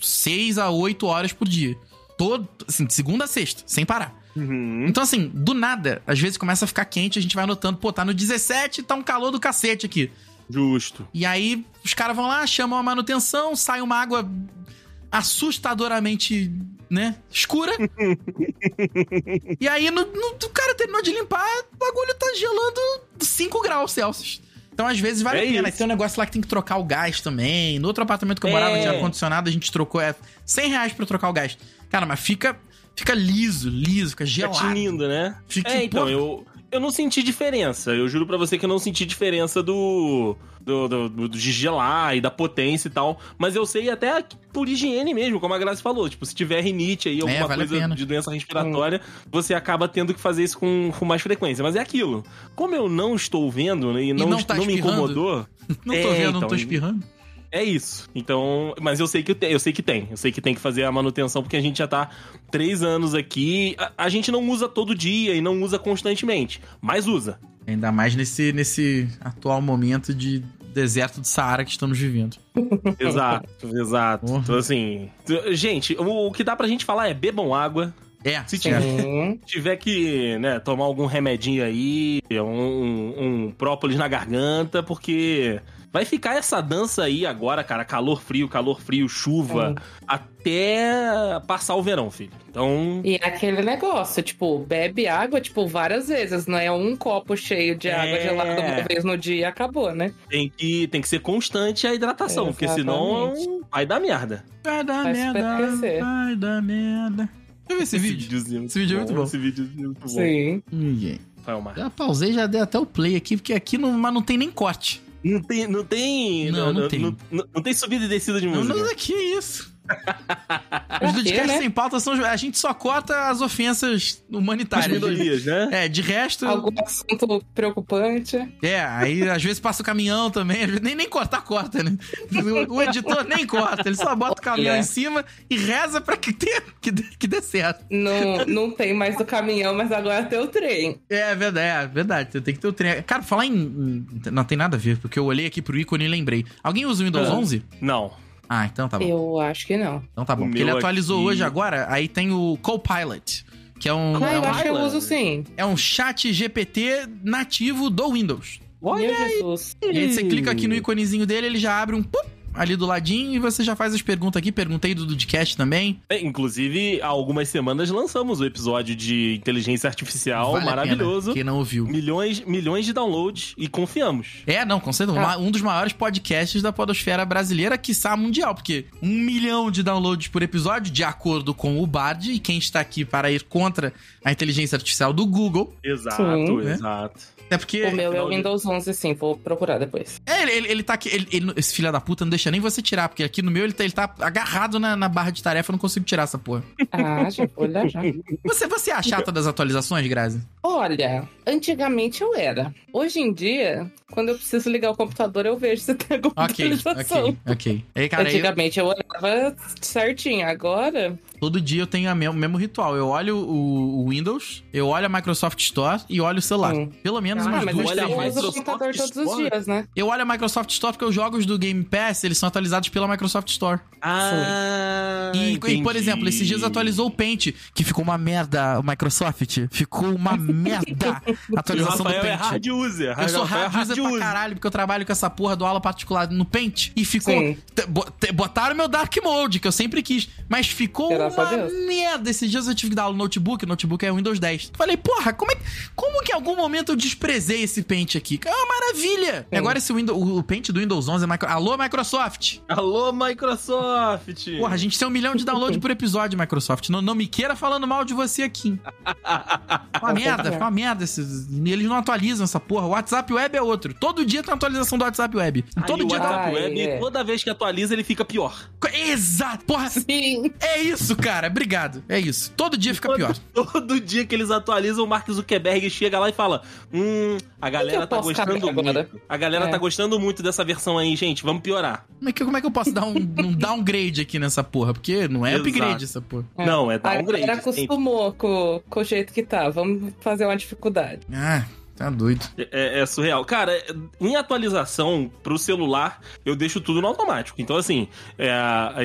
S3: 6 a 8 horas por dia. Todo, assim, de segunda a sexta, sem parar.
S2: Uhum.
S3: Então, assim, do nada, às vezes começa a ficar quente, a gente vai notando, pô, tá no 17, tá um calor do cacete aqui.
S2: Justo.
S3: E aí, os caras vão lá, chamam a manutenção, sai uma água assustadoramente, né, escura. e aí, no, no- o cara terminou de limpar, o bagulho tá gelando 5 graus Celsius. Então, às vezes, vale
S2: É
S3: a pena.
S2: isso.
S3: Tem um negócio lá que tem que trocar o gás também. No outro apartamento que eu morava
S2: É.
S3: de ar-condicionado, a gente trocou é, 100 reais pra trocar o gás. Cara, mas fica, fica liso, liso, fica
S2: Tá
S3: gelado.
S2: tinindo, né?
S3: Fica,
S2: É, então,
S3: pô,
S2: eu, eu não senti diferença. Eu juro pra você que eu não senti diferença do, do, do, do- de gelar e da potência e tal. Mas eu sei até por higiene mesmo, como a Graça falou. Tipo, se tiver rinite aí, alguma
S3: É, vale a
S2: coisa
S3: pena.
S2: de doença respiratória, você acaba tendo que fazer isso com, com mais frequência. Mas é aquilo. Como eu não estou vendo né, e não,
S3: não tá
S2: não me
S3: espirrando?
S2: incomodou,
S3: Não tô
S2: É,
S3: vendo, não
S2: então,
S3: tô espirrando.
S2: é isso. Então, mas eu sei que tem, eu sei que tem, eu sei que tem que fazer a manutenção porque a gente já tá três anos aqui. A, a gente não usa todo dia e não usa constantemente, mas usa.
S3: Ainda mais nesse, nesse atual momento de deserto do Saara que estamos vivendo.
S2: Exato, exato.
S3: Porra.
S2: Então assim, t- gente, o, o que dá pra gente falar é bebam água.
S3: É,
S2: Se
S3: é.
S2: tiver,
S4: Hum.
S2: tiver que, né, tomar algum remedinho aí, um, um, um própolis na garganta, porque vai ficar essa dança aí agora, cara, calor frio, calor frio, chuva,
S4: É.
S2: até passar o verão, filho. Então,
S4: E é aquele negócio, tipo, bebe água, tipo, várias vezes, não é um copo cheio de água
S2: É.
S4: gelada uma vez no dia e acabou, né?
S2: Tem que, tem que ser constante a hidratação, porque senão
S4: Exatamente.
S2: vai dar merda.
S3: Vai dar
S4: Vai
S3: merda,
S4: superaquecer.
S3: vai dar merda. Deixa eu ver esse vídeo.
S2: videozinho
S3: Esse vídeo é muito bom. É?
S2: Esse videozinho é muito bom.
S4: Sim.
S3: Ninguém.
S2: Vai, Omar.
S3: Já pausei, já dei até o play aqui, porque aqui não, mas não tem nem corte.
S2: Não tem. Não tem,
S3: Não, não tem.
S2: Não, não tem subida e descida de
S3: Não,
S2: música.
S3: não, aqui é isso. Os
S4: quê,
S3: podcast
S4: né?
S3: sem pauta são. A gente só corta as ofensas
S2: As
S3: humanitárias.
S2: minorias, né?
S3: É, de resto.
S4: Algum assunto preocupante.
S3: É, aí às vezes passa o caminhão também, às vezes nem, nem cortar, corta, né? O, o editor nem corta, ele só bota o caminhão
S2: É.
S4: Olha.
S3: em cima e reza pra que, tenha, que, dê, que dê certo.
S4: Não, não tem mais do caminhão, mas agora tem o trem.
S3: É verdade, é verdade, tem que ter o trem. Cara, falar em, em- Não tem nada a ver, porque eu olhei aqui pro ícone e lembrei. Alguém usa o Windows
S2: Ah.
S3: 11?
S2: Não.
S3: Ah, então tá bom.
S4: Eu acho que não.
S3: Então tá bom.
S2: O
S3: Porque ele
S2: meu
S3: atualizou
S2: aqui-
S3: hoje agora, aí tem o Copilot, que é um,
S4: Ah,
S3: é
S4: eu
S3: um,
S4: acho que eu
S2: Island.
S4: uso sim.
S3: é um chat GPT nativo do Windows.
S4: Meu Jesus.
S3: E aí você clica aqui no íconezinho dele, ele já abre um pum ali do ladinho e você já faz as perguntas aqui. Perguntei do Dudcast também.
S2: É, inclusive, há algumas semanas lançamos o episódio de inteligência artificial
S3: Vale a pena,
S2: maravilhoso.
S3: Quem não ouviu.
S2: Milhões, milhões de downloads e confiamos.
S3: É, não, com certeza.
S4: Ah.
S3: uma- Um dos maiores podcasts da podosfera brasileira, quiçá mundial, porque um milhão de downloads por episódio, de acordo com o Bard, e quem está aqui para ir contra a inteligência artificial do Google.
S2: Exato,
S4: Sim.
S2: exato.
S3: É porque.
S4: O meu é o
S2: Não,
S4: Windows 11, sim. Vou procurar depois.
S3: É, ele, ele, ele tá aqui. ele- ele- esse filho da puta não deixa nem você tirar, porque aqui no meu ele tá, ele tá agarrado na, na barra de tarefa, eu não consigo tirar essa porra.
S4: Ah, já vou olhar já.
S3: Você, você é a chata das atualizações, Grazi?
S4: Olha, antigamente eu era. Hoje em dia, quando eu preciso ligar o computador, eu vejo se tem alguma
S3: Ok,
S4: atualização.
S3: ok, ok. Aí, cara, eu,
S4: Antigamente eu olhava certinho, agora
S3: todo dia eu tenho a me- o mesmo ritual. Eu olho o, o Windows, eu olho a Microsoft Store e olho o celular.
S4: Hum.
S3: Pelo menos
S2: Ah,
S3: umas
S4: mas
S2: tu
S4: eu
S3: duas,
S2: olha
S3: três
S4: uso
S2: mais
S3: vezes.
S4: o
S2: Microsoft
S4: computador todos os
S2: Explorer?
S4: dias, né?
S3: Eu olho a Microsoft Store porque os jogos do Game Pass, eles são atualizados pela Microsoft Store.
S2: Ah,
S3: E, e, por
S2: entendi.
S3: exemplo, esses dias atualizou o Paint, que ficou uma merda, o Microsoft. Ficou uma merda a
S2: E o
S3: atualização do
S2: Rafael é
S3: Paint.
S2: hard user.
S3: Eu sou
S2: Rafael é
S3: hard user pra caralho, porque eu trabalho com essa porra do aula particular no Paint. E ficou.
S4: Sim.
S3: te- bo- te- Botaram meu, da- Dark Mode, que eu sempre quis. Mas ficou
S4: Graças a
S3: uma
S4: Deus.
S3: merda. Esses dias eu tive que dar aula no notebook, o notebook é Windows 10. Falei, porra, como, é, que- como que em algum momento eu desprezei esse Paint aqui? É uma maravilha! E agora esse Windows, o Paint do Windows 11 é micro... Alô, Microsoft!
S2: Alô, Microsoft!
S3: Porra, a gente tem um milhão de download por episódio, Microsoft. Não, não me queira falando mal de você aqui. Uma
S2: tá
S3: merda, fica uma merda. esses- Eles não atualizam essa porra. O WhatsApp Web é outro. Todo dia tem atualização do WhatsApp Web. Todo
S2: Aí
S3: dia
S2: o
S3: tá...
S2: WhatsApp
S4: dá-
S2: Web,
S4: Ai, é.
S2: toda vez que atualiza, ele fica pior.
S3: Exato! Porra,
S4: Sim.
S3: é isso, cara. Obrigado. É isso. Todo dia fica pior.
S2: Todo dia que eles atualizam, o Mark Zuckerberg chega lá e fala: Hum, a galera
S4: eu
S2: tá
S4: posso
S2: gostando
S4: caber agora?
S2: muito. A galera
S4: É.
S2: tá gostando muito dessa versão aí, gente. Vamos piorar.
S3: Como é que, como é que eu posso dar um, um downgrade aqui nessa porra? Porque não é
S2: Exato.
S3: upgrade essa porra.
S4: É.
S2: Não, é
S4: A galera
S2: downgrade. sempre.
S4: acostumou com, com o jeito que tá. Vamos fazer uma dificuldade.
S3: Ah, tá doido.
S2: É, é surreal. Cara, é- em atualização pro celular, eu deixo tudo no automático. Então, assim, é,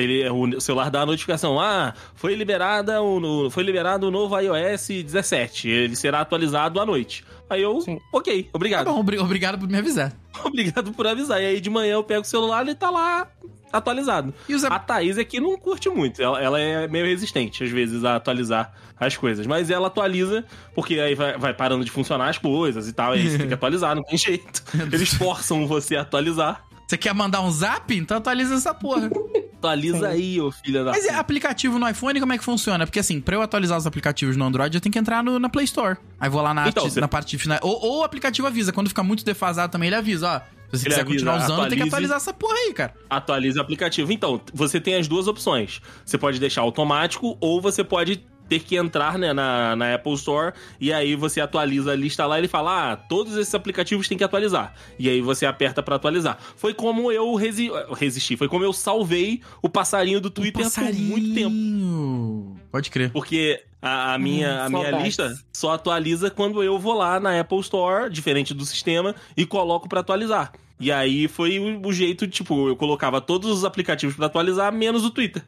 S2: ele, o celular dá a notificação: ah, foi, liberada o, no- foi liberado o novo iOS 17. Ele será atualizado à noite. Aí eu,
S4: Sim.
S2: ok,
S3: Tá
S2: obrigado.
S3: bom, obri- obrigado por me avisar.
S2: Obrigado por avisar. E aí de manhã eu pego o celular e ele tá lá atualizado.
S3: E os
S2: A Thaís é que não curte muito. Ela, ela é meio resistente, às vezes, a atualizar as coisas. Mas ela atualiza, porque aí vai, vai parando de funcionar as coisas e tal. Aí você tem que atualizar, não tem jeito. Eles forçam você a atualizar.
S3: Você quer mandar um zap? Então atualiza essa porra.
S2: Atualiza aí, ô filha da.
S3: Mas é
S2: puta.
S3: aplicativo no iPhone, como é que funciona? Porque assim, pra eu atualizar os aplicativos no Android, eu tenho que entrar no- na Play Store. Aí vou lá na,
S2: Então,
S3: arte-
S2: você-
S3: na parte final. Ou, ou o aplicativo avisa. Quando fica muito defasado também, ele avisa, ó. Se você
S2: Ele
S3: quiser
S2: avisa,
S3: continuar usando, tem que
S2: atualize.
S3: atualizar essa porra aí, cara.
S2: Atualiza o aplicativo. Então, você tem as duas opções. Você pode deixar automático ou você pode ter que entrar né, na, na Apple Store e aí você atualiza a lista lá e ele fala, ah, todos esses aplicativos têm que atualizar. E aí você aperta pra atualizar. Foi como eu resi- resisti, foi como eu salvei o passarinho do Twitter por muito tempo.
S3: Passarinho. Um Pode crer.
S2: Porque a, a minha, a minha
S4: saudades.
S2: lista só atualiza quando eu vou lá na Apple Store, diferente do sistema, e coloco pra atualizar. E aí foi o, o jeito, tipo, eu colocava todos os aplicativos pra atualizar, menos o Twitter.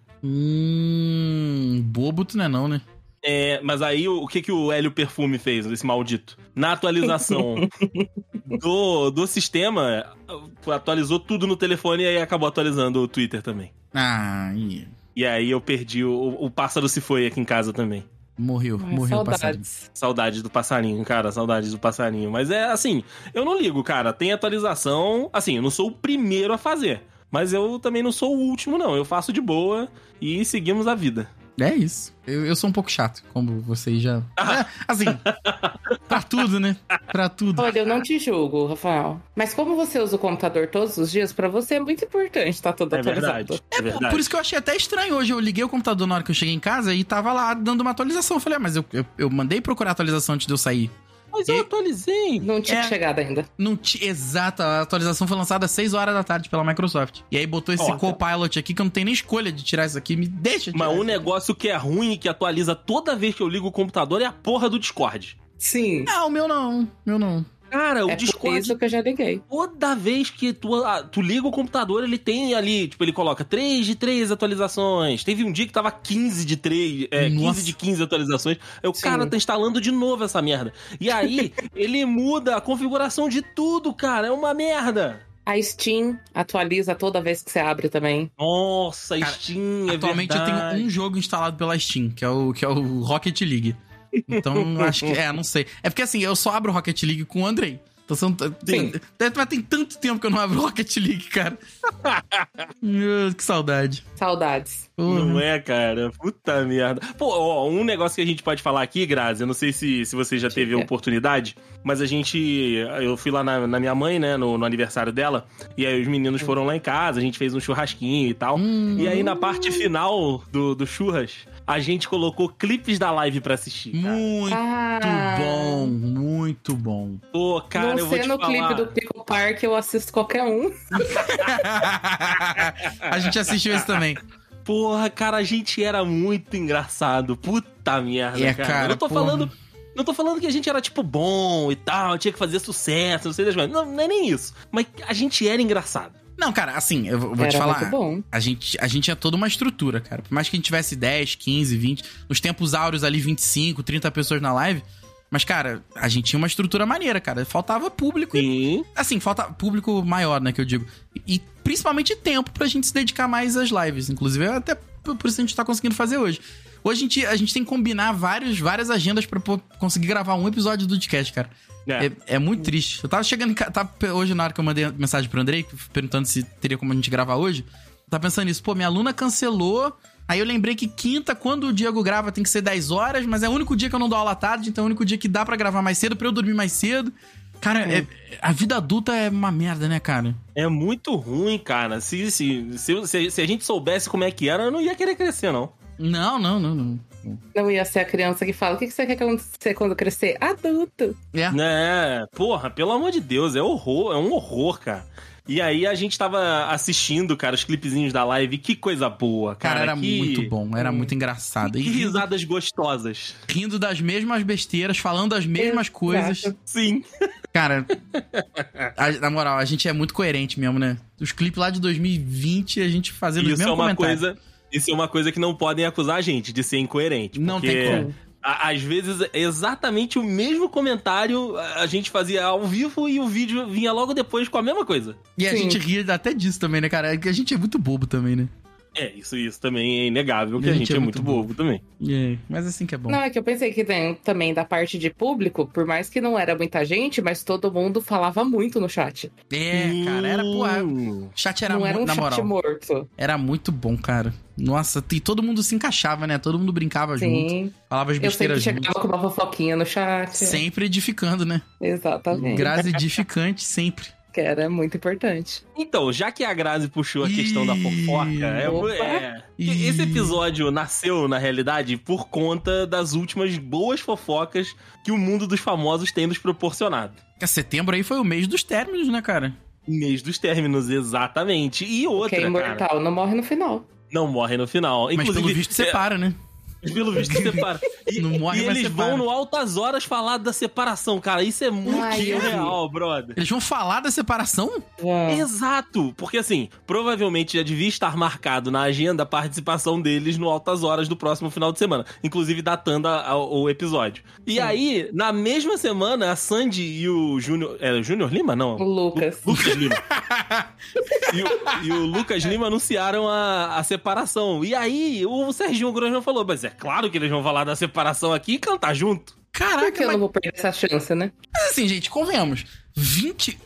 S3: Hum. Bobo tu não é não, né?
S2: É, mas aí o, o que, que o Hélio Perfume fez, esse maldito? Na atualização do, do sistema, atualizou tudo no telefone e aí acabou atualizando o Twitter também.
S3: Ah, ih.
S2: E aí eu perdi o, o pássaro se foi aqui em casa também.
S3: Morreu,
S4: Ai,
S3: morreu o passarinho.
S4: saudades.
S2: Saudades do passarinho, cara, saudades do passarinho. Mas é assim, eu não ligo, cara. Tem atualização. Assim, eu não sou o primeiro a fazer. Mas eu também não sou o último, não. Eu faço de boa e seguimos a vida.
S3: É isso. Eu, eu sou um pouco chato, como vocês já.
S2: Ah.
S3: É, assim, pra tudo, né? Pra tudo.
S4: Olha, eu não te julgo, Rafael. Mas como você usa o computador todos os dias, pra você é muito importante estar tudo
S2: É
S4: atualizado.
S2: verdade. É verdade.
S3: Por isso que eu achei até estranho hoje. Eu liguei o computador na hora que eu cheguei em casa e tava lá dando uma atualização. Eu falei, ah, mas eu, eu, eu mandei procurar atualização antes de eu sair.
S2: Mas eu atualizei.
S4: Não tinha
S3: É.
S4: chegado ainda.
S3: Não ti... Exato, a atualização foi lançada às 6 horas da tarde pela Microsoft. E aí botou esse
S2: Ó.
S3: Copilot aqui que eu não tenho nem escolha de tirar isso aqui. Me deixa tirar.
S2: Mas um
S3: isso.
S2: negócio que é ruim e que atualiza toda vez que eu ligo o computador é a porra do Discord.
S4: Sim.
S3: Não, o meu não. Meu não.
S2: Cara, o
S4: É por
S2: Discord
S4: isso que eu já liguei.
S2: toda vez que tu, ah, tu liga o computador, ele tem ali, tipo, ele coloca 3 de 3 atualizações. Teve um dia que tava 15 de 3, é,
S3: Nossa.
S2: 15 de 15 atualizações. Aí o
S4: Sim.
S2: cara tá instalando de novo essa merda. E aí, ele muda a configuração de tudo, cara. É uma merda.
S4: A Steam atualiza toda vez que você abre também.
S2: Nossa,
S3: Cara,
S2: Steam, é
S3: Atualmente eu
S2: verdade.
S3: tenho um jogo instalado pela Steam, que é o, que é o Rocket League. Então, acho que. É, não sei. É porque assim, eu só abro Rocket League com o Andrei. Então, são, tem,
S4: Sim.
S3: mas tem tanto tempo que eu não abro Rocket League, cara. Meu, que saudade.
S4: Saudades.
S2: Não é, cara? Puta merda. Pô, ó, um negócio que a gente pode falar aqui, Grazi, eu não sei se, se você já teve a
S4: Diga.
S2: oportunidade, mas a gente. Eu fui lá na, na minha mãe, né, no, no aniversário dela, e aí os meninos foram lá em casa, a gente fez um churrasquinho e tal.
S3: Hum.
S2: E aí na parte final do, do churras, a gente colocou clipes da live pra assistir. Cara.
S3: Muito
S4: ah,
S3: bom, muito bom.
S2: Pô, cara, eu
S4: não
S2: vou te
S4: sendo o
S2: falar.
S4: clipe do Pico Park, eu assisto qualquer um.
S3: a gente assistiu esse também.
S2: Porra, cara, a gente era muito engraçado. Puta merda,
S3: É,
S2: cara.
S3: cara,
S2: Eu tô
S3: porra.
S2: falando. Não tô falando que a gente era, tipo, bom e tal, tinha que fazer sucesso, não sei das coisas. Não, não é nem isso. Mas a gente era engraçado.
S3: Não, cara, assim, eu vou vou
S4: Era
S3: te falar.
S4: muito bom.
S3: A gente, a gente tinha toda uma estrutura, cara. Por mais que a gente tivesse 10, 15, 20, nos tempos áureos ali, 25, 30 pessoas na live. Mas, cara, a gente tinha uma estrutura maneira, cara. Faltava público. e-
S2: Sim.
S3: assim, falta público maior, né, que eu digo. E principalmente tempo pra gente se dedicar mais às lives. Inclusive, é até por isso a gente tá conseguindo fazer hoje. Hoje a gente, a gente tem que combinar vários, várias agendas pra pô- conseguir gravar um episódio do podcast, cara.
S2: É.
S3: É, é muito triste. Eu tava chegando em casa. hoje, na hora que eu mandei mensagem pro Andrei, perguntando se teria como a gente gravar hoje, eu tava pensando nisso. Pô, minha aluna cancelou. Aí eu lembrei que quinta, quando o Diego grava, tem que ser 10 horas, mas é o único dia que eu não dou aula à tarde, então é o único dia que dá pra gravar mais cedo, pra eu dormir mais cedo. Cara, é- a vida adulta é uma merda, né, cara?
S2: É muito ruim, cara. Se, se, se, se- se a gente soubesse como é que era, eu não ia querer crescer, não.
S3: Não, não, não, não.
S4: Não ia ser a criança que fala: o que que você quer acontecer quando crescer? Adulto.
S3: É.
S2: Né? Porra, pelo amor de Deus, é horror, é um horror, cara. E aí a gente tava assistindo, cara, os clipezinhos da live. Que coisa boa, cara.
S3: Cara, hum. era
S2: que- hum,
S3: muito bom, era muito engraçado.
S2: Que
S3: E rindo,
S2: risadas gostosas.
S3: rindo das mesmas besteiras, falando as mesmas coisas.
S4: Exato.
S2: Sim.
S3: Cara, a- na moral, a gente é muito coerente mesmo, né? Os clipes lá de 2020, a gente fazendo os
S2: Isso é
S3: mesmos
S2: uma
S3: comentários.
S2: coisa. Isso é uma coisa que não podem acusar a gente de ser incoerente.
S3: Não
S2: porque
S3: tem como.
S2: a- Às vezes, é exatamente o mesmo comentário a a gente fazia ao vivo e o vídeo vinha logo depois com a mesma coisa.
S3: E a
S4: Sim.
S3: gente ri até disso também, né, cara? É que a gente é muito bobo também, né?
S2: É, isso, isso também é inegável, que a gente é, muito bobo também.
S3: É, Mas assim que é bom.
S4: Não, é que eu pensei que tem também da parte de público, por mais que não era muita gente, mas todo mundo falava muito no chat.
S3: É, cara, era, porra.
S2: Hum.
S3: Chat era,
S4: não era
S3: muito,
S4: um
S3: na
S4: chat
S3: moral,
S4: morto.
S3: era muito bom, cara. Nossa, e todo mundo se encaixava, né? Todo mundo brincava junto,
S4: Sim.
S3: falava as
S4: Eu sempre
S3: besteiras junto.
S4: chegava com uma fofoquinha no chat.
S3: Sempre edificando, né?
S4: Exatamente.
S3: Graça edificante sempre.
S4: Que era muito importante.
S2: Então, já que a Grazi puxou a
S3: Ih,
S2: questão da fofoca, é,
S4: opa.
S2: é-
S3: Ih.
S2: esse episódio nasceu, na realidade, por conta das últimas boas fofocas que o mundo dos famosos tem nos proporcionado.
S3: Porque Setembro aí foi o mês dos términos, né, cara?
S2: um Mês dos términos, exatamente. E outra,
S4: que é imortal,
S2: cara,
S4: não morre no final.
S2: não morre no final.
S3: Mas pelo visto
S2: é,
S3: separa, né?
S2: pelo visto separa. E,
S3: Não morre,
S2: e
S3: mas
S2: eles
S3: separa.
S2: vão no Altas Horas falar da separação, cara. Isso é muito
S4: Ai, eu vi.
S2: real, brother.
S3: Eles vão falar da separação?
S4: Vamos.
S2: Exato, porque assim, provavelmente já devia estar marcado na agenda a participação deles no Altas Horas do próximo final de semana, inclusive datando a- a- o episódio. E
S4: Sim.
S2: aí, na mesma semana, a Sandy e o Júnior. É, Júnior Lima? Não.
S4: O Lucas.
S2: Lu- Lucas Lima. e, o, e o Lucas Lima anunciaram a, a separação. E aí, o Serginho Grosjean falou: Mas é claro que eles vão falar da separação aqui e cantar junto.
S4: Por que
S3: Caraca,
S4: eu
S3: mas,
S4: não vou perder essa chance, né?
S3: mas assim, gente, convenhamos. 20.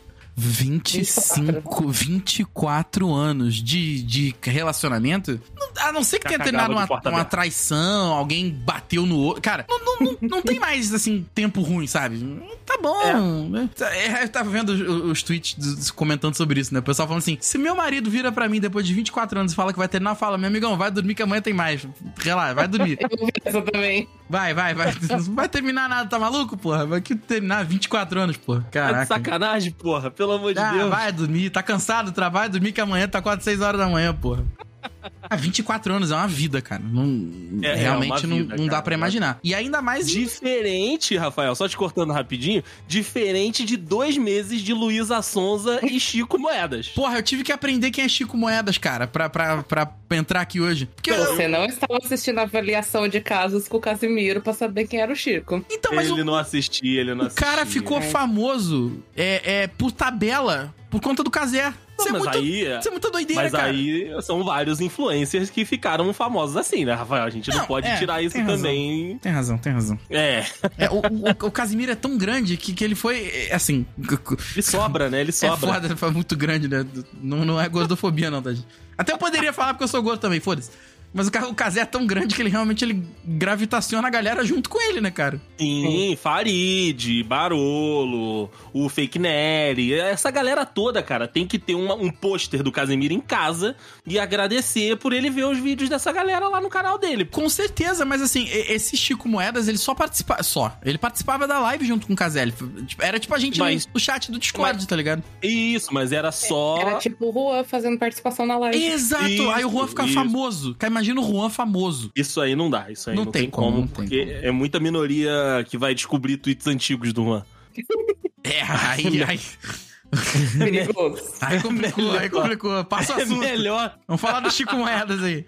S3: 25, 24 anos de, de relacionamento, não- a não ser que tenha
S2: Cacagava
S3: terminado
S2: de
S3: uma,
S2: porta
S3: uma
S2: aberta.
S3: traição, alguém bateu no outro. Cara, não, não, não, não tem mais, assim, tempo ruim, sabe? Tá bom. né? É, eu tava vendo os, os tweets dos- comentando sobre isso, né? O pessoal falando assim: se meu marido vira pra mim depois de 24 anos e fala que vai terminar, fala, meu amigão, vai dormir que amanhã tem mais. Relaxa, vai dormir.
S4: Eu vi essa também.
S3: Vai, vai, vai. Não vai terminar nada, tá maluco, porra? Vai que terminar 24 anos, porra.
S2: Tá de
S3: Caraca.
S2: sacanagem, porra, pelo amor de
S3: Ah,
S2: Deus.
S3: vai dormir, tá cansado do trabalho, dormir que amanhã tá quase 6 horas da manhã, porra. Ah, 24 anos é uma vida, cara. Não,
S2: É, é
S3: realmente
S2: uma
S3: não,
S2: vida,
S3: não dá
S2: cara.
S3: pra imaginar. E ainda mais em-
S2: Diferente, Rafael, só te cortando rapidinho, diferente de dois meses de Luísa Sonza e Chico Moedas.
S3: Porra, eu tive que aprender quem é Chico Moedas, cara, pra, pra, pra entrar aqui hoje. Porque
S2: Então,
S3: eu-
S4: Você não estava assistindo a avaliação de casos com o Casimiro pra saber quem era o Chico.
S3: Então, mas
S2: Ele
S3: o,
S2: é assim, né? não assistia, ele não
S3: o
S2: assistia.
S3: cara ficou famoso é, é, por tabela, por conta do Casé.
S2: Não,
S3: Isso é
S2: mas
S3: muito.
S2: aí,
S3: Isso é muita doideira,
S2: mas
S3: cara.
S2: aí são vários influencers que ficaram famosos assim, né, Rafael? A gente não,
S3: Não,
S2: pode
S3: é,
S2: tirar isso
S3: tem razão.
S2: também.
S3: Tem razão, tem razão.
S2: É,
S3: É, o, o, o Casimiro é tão grande que, que ele foi, é, assim... c- c-
S2: ele sobra, né? Ele
S3: É
S2: sobra.
S3: foda, foi muito grande, né? Não, não é gordofobia, não, tá, gente? Até eu poderia falar porque eu sou gordo também, foda-se. Mas o, Ca- o Casé é tão grande que ele realmente ele gravitaciona a galera junto com ele, né, cara?
S2: Sim, Farid, Barolo, o Fake Nery, essa galera toda, cara, tem que ter uma- um pôster do Casemiro em casa e agradecer por ele ver os vídeos dessa galera lá no canal dele.
S3: Com certeza, mas assim, e- esse Chico Moedas, ele só participava... Só. Ele participava da live junto com o Casé. Ele f- tipo, Era tipo a gente
S2: Mas-
S3: no chat do Discord, tá ligado?
S2: Isso, mas
S3: É,
S2: era só.
S4: Era tipo o Juan fazendo participação na live.
S3: Exato!
S2: isso,
S3: aí o Juan fica
S2: isso.
S3: famoso. Cara, imagina o Juan famoso.
S2: Isso aí não dá, isso aí
S3: Não
S2: não,
S3: tem
S2: tem,
S3: como,
S2: como,
S3: não tem
S2: porque
S3: como.
S2: é muita minoria que vai descobrir tweets antigos do Juan.
S3: É, aí... aí...
S4: Perigoso.
S3: Aí complicou, aí complicou. Passa o
S2: É
S3: assunto.
S2: melhor.
S3: Vamos falar do Chico Moedas aí.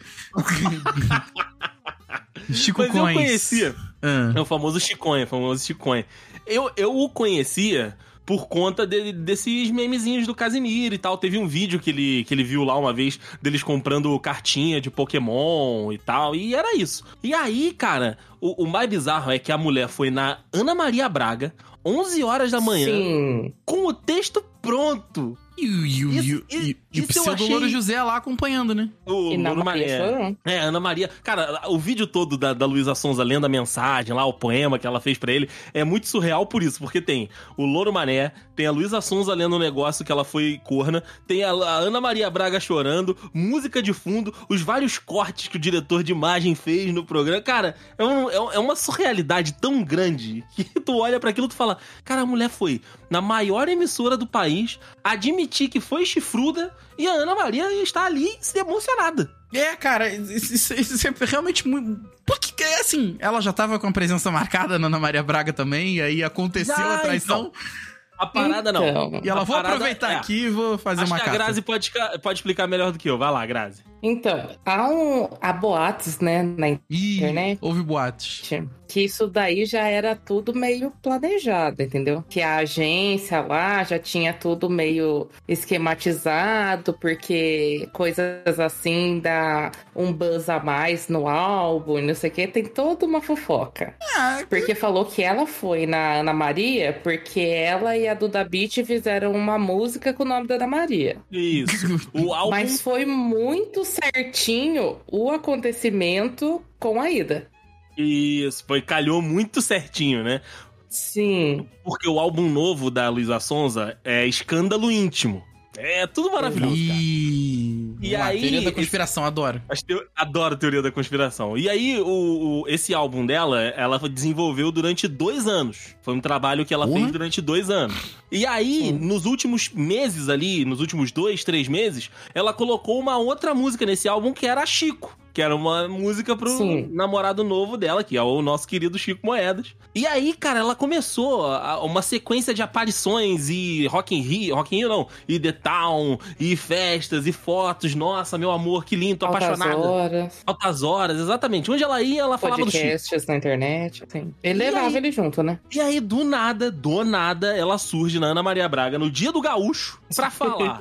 S3: Chico
S2: Mas eu
S3: Coins.
S2: conhecia.
S3: Ah,
S2: É o famoso Chiconha, o famoso Chiconha. Eu, eu o conhecia por conta de- desses memezinhos do Casimiro e tal. Teve um vídeo que ele, que ele viu lá uma vez deles comprando cartinha de Pokémon e tal, e era isso. E aí, cara, o, o mais bizarro é que a mulher foi na Ana Maria Braga, 11 horas da manhã,
S4: Sim.
S2: com o texto pronto.
S3: E, o- e o- e o-
S2: Isso- isso-
S3: e- e o
S2: isso eu
S3: pseudo Louro
S2: achei-
S3: José lá acompanhando, né?
S2: O
S4: E na
S2: Louro
S4: Maria
S2: Maré.
S4: Chorão.
S2: É, Ana Maria. Cara, o vídeo todo da, da Luísa Sonza lendo a mensagem lá, o poema que ela fez pra ele, é muito surreal por isso, porque tem o Louro Mané, tem a Luísa Sonza lendo um negócio que ela foi corna, tem a, a Ana Maria Braga chorando, música de fundo, os vários cortes que o diretor de imagem fez no programa. Cara, é, um- é um- é uma surrealidade tão grande que tu olha pra aquilo e tu fala: Cara, a mulher foi na maior emissora do país admitir que foi chifruda e a Ana Maria está ali emocionada.
S3: É, cara, isso, isso- isso é realmente muito. Porque, é assim, ela já tava com a presença marcada na Ana Maria Braga também, e aí aconteceu
S2: Já,
S3: a traição.
S2: A parada não.
S4: então,
S3: E ela,
S2: A
S3: vou
S2: parada
S3: aproveitar
S2: é-
S3: aqui e vou fazer
S2: Acho
S3: uma
S2: que a
S3: carta.
S2: Grazi pode, ca- pode explicar melhor do que eu. Vai lá, Grazi.
S4: Então, há, um, há boatos, né, na
S3: Ih,
S4: Internet.
S3: houve boatos.
S4: que isso daí já era tudo meio planejado, entendeu? Que a agência lá já tinha tudo meio esquematizado, porque coisas assim dá um buzz a mais no álbum, e não sei o que, tem toda uma fofoca.
S3: Ah,
S4: Porque falou que ela foi na Ana Maria, porque ela e a Duda Beat fizeram uma música com o nome da Ana Maria.
S2: Isso. O álbum.
S4: Mas foi muito certinho o acontecimento com a ida.
S2: Isso, foi, calhou muito certinho, né?
S4: Sim.
S2: Porque o álbum novo da Luísa Sonza é Escândalo Íntimo. É tudo maravilhoso, cara. E
S3: Ih, vamos lá,
S2: aí,
S3: teoria da
S2: esse-
S3: conspiração, adoro.
S2: Acho que eu adoro a teoria da conspiração. E aí, o, o- esse álbum dela, ela desenvolveu durante dois anos. Foi um trabalho que ela
S3: Porra.
S2: fez durante dois anos. E aí,
S4: Sim.
S2: nos últimos meses ali, nos últimos dois, três meses, ela colocou uma outra música nesse álbum que era Chico. Que era uma música pro
S4: Sim.
S2: namorado novo dela, que é o nosso querido Chico Moedas. E aí, cara, ela começou a- a- uma sequência de aparições e Rock in Rio, Rock in Rio não, e The Town, e festas, e fotos. Nossa, meu amor, que lindo, tô
S4: Altas
S2: apaixonada.
S4: horas,
S2: Altas horas, exatamente. Onde ela ia, ela falava do Chico.
S4: podcasts na internet, assim. Ele
S2: E
S4: levava
S2: aí?
S4: ele junto, né?
S2: E aí, do nada, do nada, ela surge na Ana Maria Braga no dia do gaúcho pra falar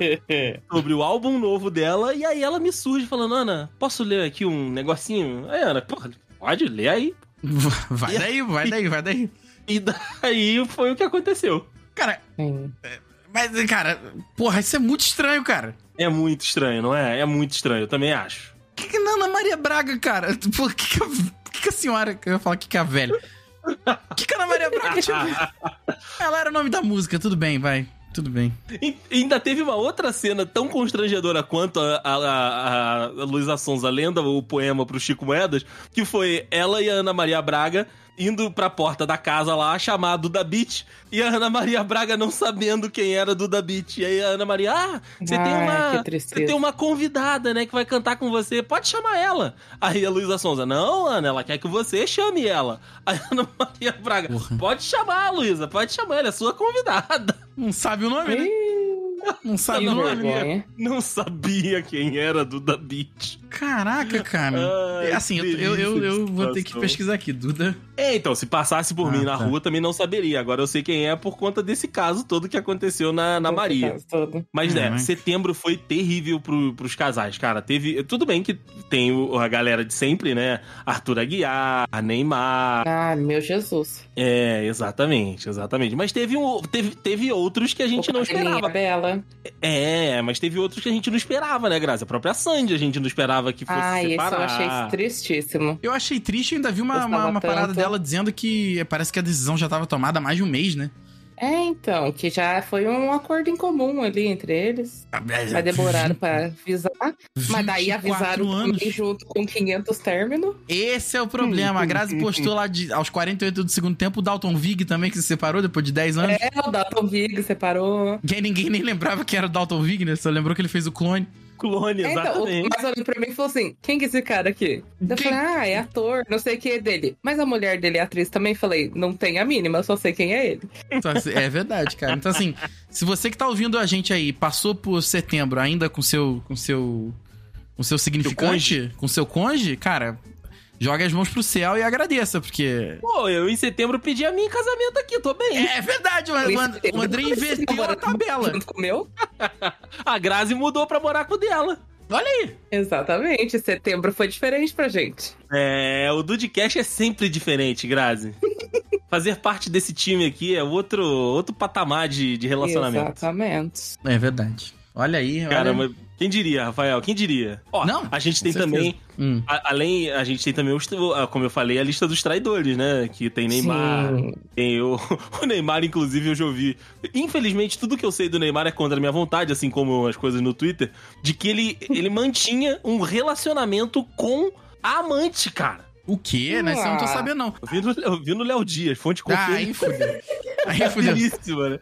S2: sobre o álbum novo dela. E aí ela me surge falando, Ana, posso ler aqui um negocinho? Aí, Ana, porra, pode ler aí.
S3: Vai
S2: E-
S3: daí, vai daí, vai daí.
S2: E daí foi o que aconteceu.
S3: Cara,
S4: Sim.
S3: mas, cara, porra, isso é muito estranho, cara.
S2: É muito estranho, não é? É muito estranho, eu também acho.
S3: que que na Ana Maria Braga, cara? Por que que, a, que que a senhora... Eu ia falar que que a velha. que que a Ana Maria Braga tinha... Ela era o nome da música, tudo bem, vai. Tudo bem.
S2: E ainda teve uma outra cena tão constrangedora quanto a, a, a, a Luísa Sonza lenda o poema pro Chico Moedas, que foi ela e a Ana Maria Braga indo pra porta da casa lá, chamar a Duda Beat, e a Ana Maria Braga não sabendo quem era a Duda Beat. E aí a Ana Maria, ah, você tem
S4: Ai,
S2: uma...
S4: que tristeza.
S2: Você tem uma convidada, né, que vai cantar com você. Pode chamar ela. Aí a Luísa Sonza, não, Ana, ela quer que você chame ela. Aí a Ana Maria Braga,
S3: Porra.
S2: pode chamar, Luísa, pode chamar, ela é sua convidada.
S3: Não sabe o
S2: Tá
S3: nome, né? Não sabe
S4: Que
S3: o nome, né?
S4: vergonha.
S2: Não sabia quem era Duda Beat.
S3: Caraca, cara.
S2: Ai,
S3: assim, eu,
S2: que
S3: eu, eu, eu vou ter que
S2: situação.
S3: pesquisar aqui, Duda.
S2: É, então, se passasse por
S3: Ah,
S2: mim na
S3: tá.
S2: rua, também não saberia. Agora eu sei quem é por conta desse caso todo que aconteceu na, na Maria.
S4: Todo.
S2: Mas, né,
S3: Caraca.
S2: setembro foi terrível pro, pros casais, cara. Teve. Tudo bem que tem o- a galera de sempre, né? Arthur Aguiar, Neymar.
S4: Ah, meu Jesus.
S2: É, exatamente, exatamente. Mas teve, um, teve, teve outros que a gente
S4: O
S2: não
S4: cabelinho
S2: esperava.
S4: Bela.
S2: É, mas teve outros que a gente não esperava, né, Grazi? A própria Sandy a gente não esperava que fosse
S4: Ai, esse
S2: separar.
S4: eu achei tristíssimo.
S3: Eu achei triste, eu ainda vi uma,
S4: Gostava
S3: uma, uma parada
S4: tanto.
S3: dela dizendo que parece que a decisão já tava tomada há mais de um mês, né?
S4: É, então, que já foi um acordo em comum ali entre eles. Mas demoraram pra avisar. Mas daí
S3: 24
S4: avisaram
S3: anos.
S4: também junto com 500 términos.
S3: Esse é o problema. A Grazi postou lá de, aos 48 do segundo tempo o Dalton Vig também, que se separou depois de 10 anos.
S4: É, o Dalton Higgs separou.
S3: Que aí ninguém nem lembrava que era o Dalton Vig, né? Só lembrou que ele fez o clone.
S2: Clone,
S4: É, então,
S2: exatamente.
S4: o Tomás olhou pra mim e falou assim: quem que é esse cara aqui? Eu
S3: Quem?
S4: falei, ah, é ator, não sei o que é dele. Mas a mulher dele é atriz também, falei, não tem a mínima, eu só sei quem é ele.
S3: Então, assim, é verdade, cara. Então, assim, se você que tá ouvindo a gente aí passou por setembro ainda com seu. com seu. com seu significante,
S2: cônjuge.
S3: com seu conge, cara. jogue as mãos pro céu e agradeça, porque.
S2: Pô, eu em setembro pedi a minha em casamento aqui, tô bem.
S3: É verdade, o,
S4: Por isso
S3: o,
S4: que
S3: o André
S4: eu comecei
S3: inverteu a
S4: namorando
S3: tabela.
S4: Junto com o meu?
S2: A Grazi mudou pra morar com o dela.
S3: Olha aí.
S4: Exatamente. Setembro foi diferente pra gente.
S2: É, o Dudecast é sempre diferente, Grazi. Fazer parte desse time aqui é outro, outro patamar de, de relacionamento.
S4: Exatamente.
S3: É verdade. Olha aí,
S2: Cara,
S3: olha...
S2: mas quem diria, Rafael? Quem diria? Ó,
S3: Não,
S2: a gente
S3: com
S2: tem
S3: certeza.
S2: também,
S3: Hum.
S2: a- além, a gente tem também, os, ah, como eu falei, a lista dos traidores, né? Que tem Neymar,
S4: Sim.
S2: tem o, o Neymar, inclusive, eu já ouvi. Infelizmente, tudo que eu sei do Neymar é contra a minha vontade, assim como as coisas no Twitter, de que ele, ele mantinha um relacionamento com a amante, cara.
S3: O quê? Né? Isso eu não tô sabendo, não.
S2: Eu vi no, eu vi no Léo Dias, fonte
S3: Ah,
S2: confiável. É
S3: aí fudeu. Aí fudeu.
S2: Belíssima, né?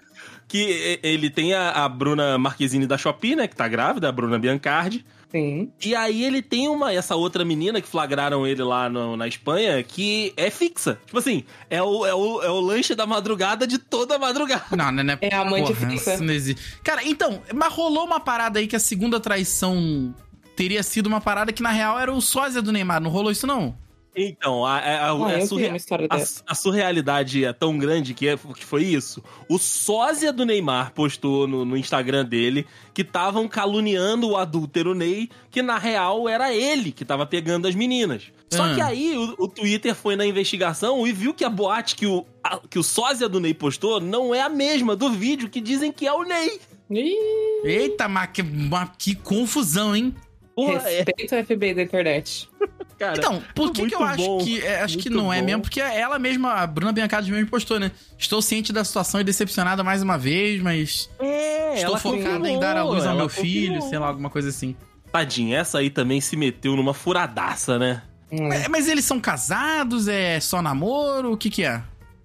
S2: Que e- ele tem a, a Bruna Marquezine da Shopee, né? Que tá grávida, a Bruna Biancardi.
S4: Sim.
S2: E aí ele tem uma, essa outra menina que flagraram ele lá no- na Espanha, que é fixa. Tipo assim, é o, é, o, é o lanche da madrugada de toda a madrugada.
S3: Não, né, né?
S4: É a mãe de
S3: Porra,
S4: fixa.
S3: isso não existe. Cara, então, mas rolou uma parada aí que a segunda traição teria sido uma parada que, na real, era o sósia do Neymar. Não rolou isso, não?
S2: Então, a, a, a-
S4: Ah,
S2: é
S4: eu vi
S2: surre-
S4: uma história
S2: a-
S4: dessa.
S2: a surrealidade é tão grande que, é- que foi isso. O sósia do Neymar postou no, no Instagram dele que estavam caluniando o adúltero Ney, que na real era ele que tava pegando as meninas. Só
S3: Ah.
S2: que aí o, o Twitter foi na investigação e viu que a boate que o, a- que o sósia do Ney postou não é a mesma do vídeo que dizem que é o Ney.
S4: Ih,
S3: Eita, mas que, mas que confusão, hein?
S2: Pô, é,
S4: respeito ao FBI da internet.
S2: cara.
S3: Então, por que, que eu
S2: muito
S3: acho
S2: bom,
S3: que. é, acho que
S2: muito
S3: não é
S2: bom.
S3: mesmo, porque ela mesma, a Bruna Biancardi mesmo postou, né? Estou ciente da situação e decepcionada mais uma vez, mas
S2: é,
S3: estou
S2: ela
S3: focada em
S2: confirmou,
S3: dar a luz ao
S2: ela
S3: meu filho,
S2: confirmou.
S3: sei lá, alguma coisa assim.
S2: Tadinha, essa aí também se meteu numa furadaça, né?
S4: Hum,
S3: É, mas eles são casados? É só namoro? O que que é?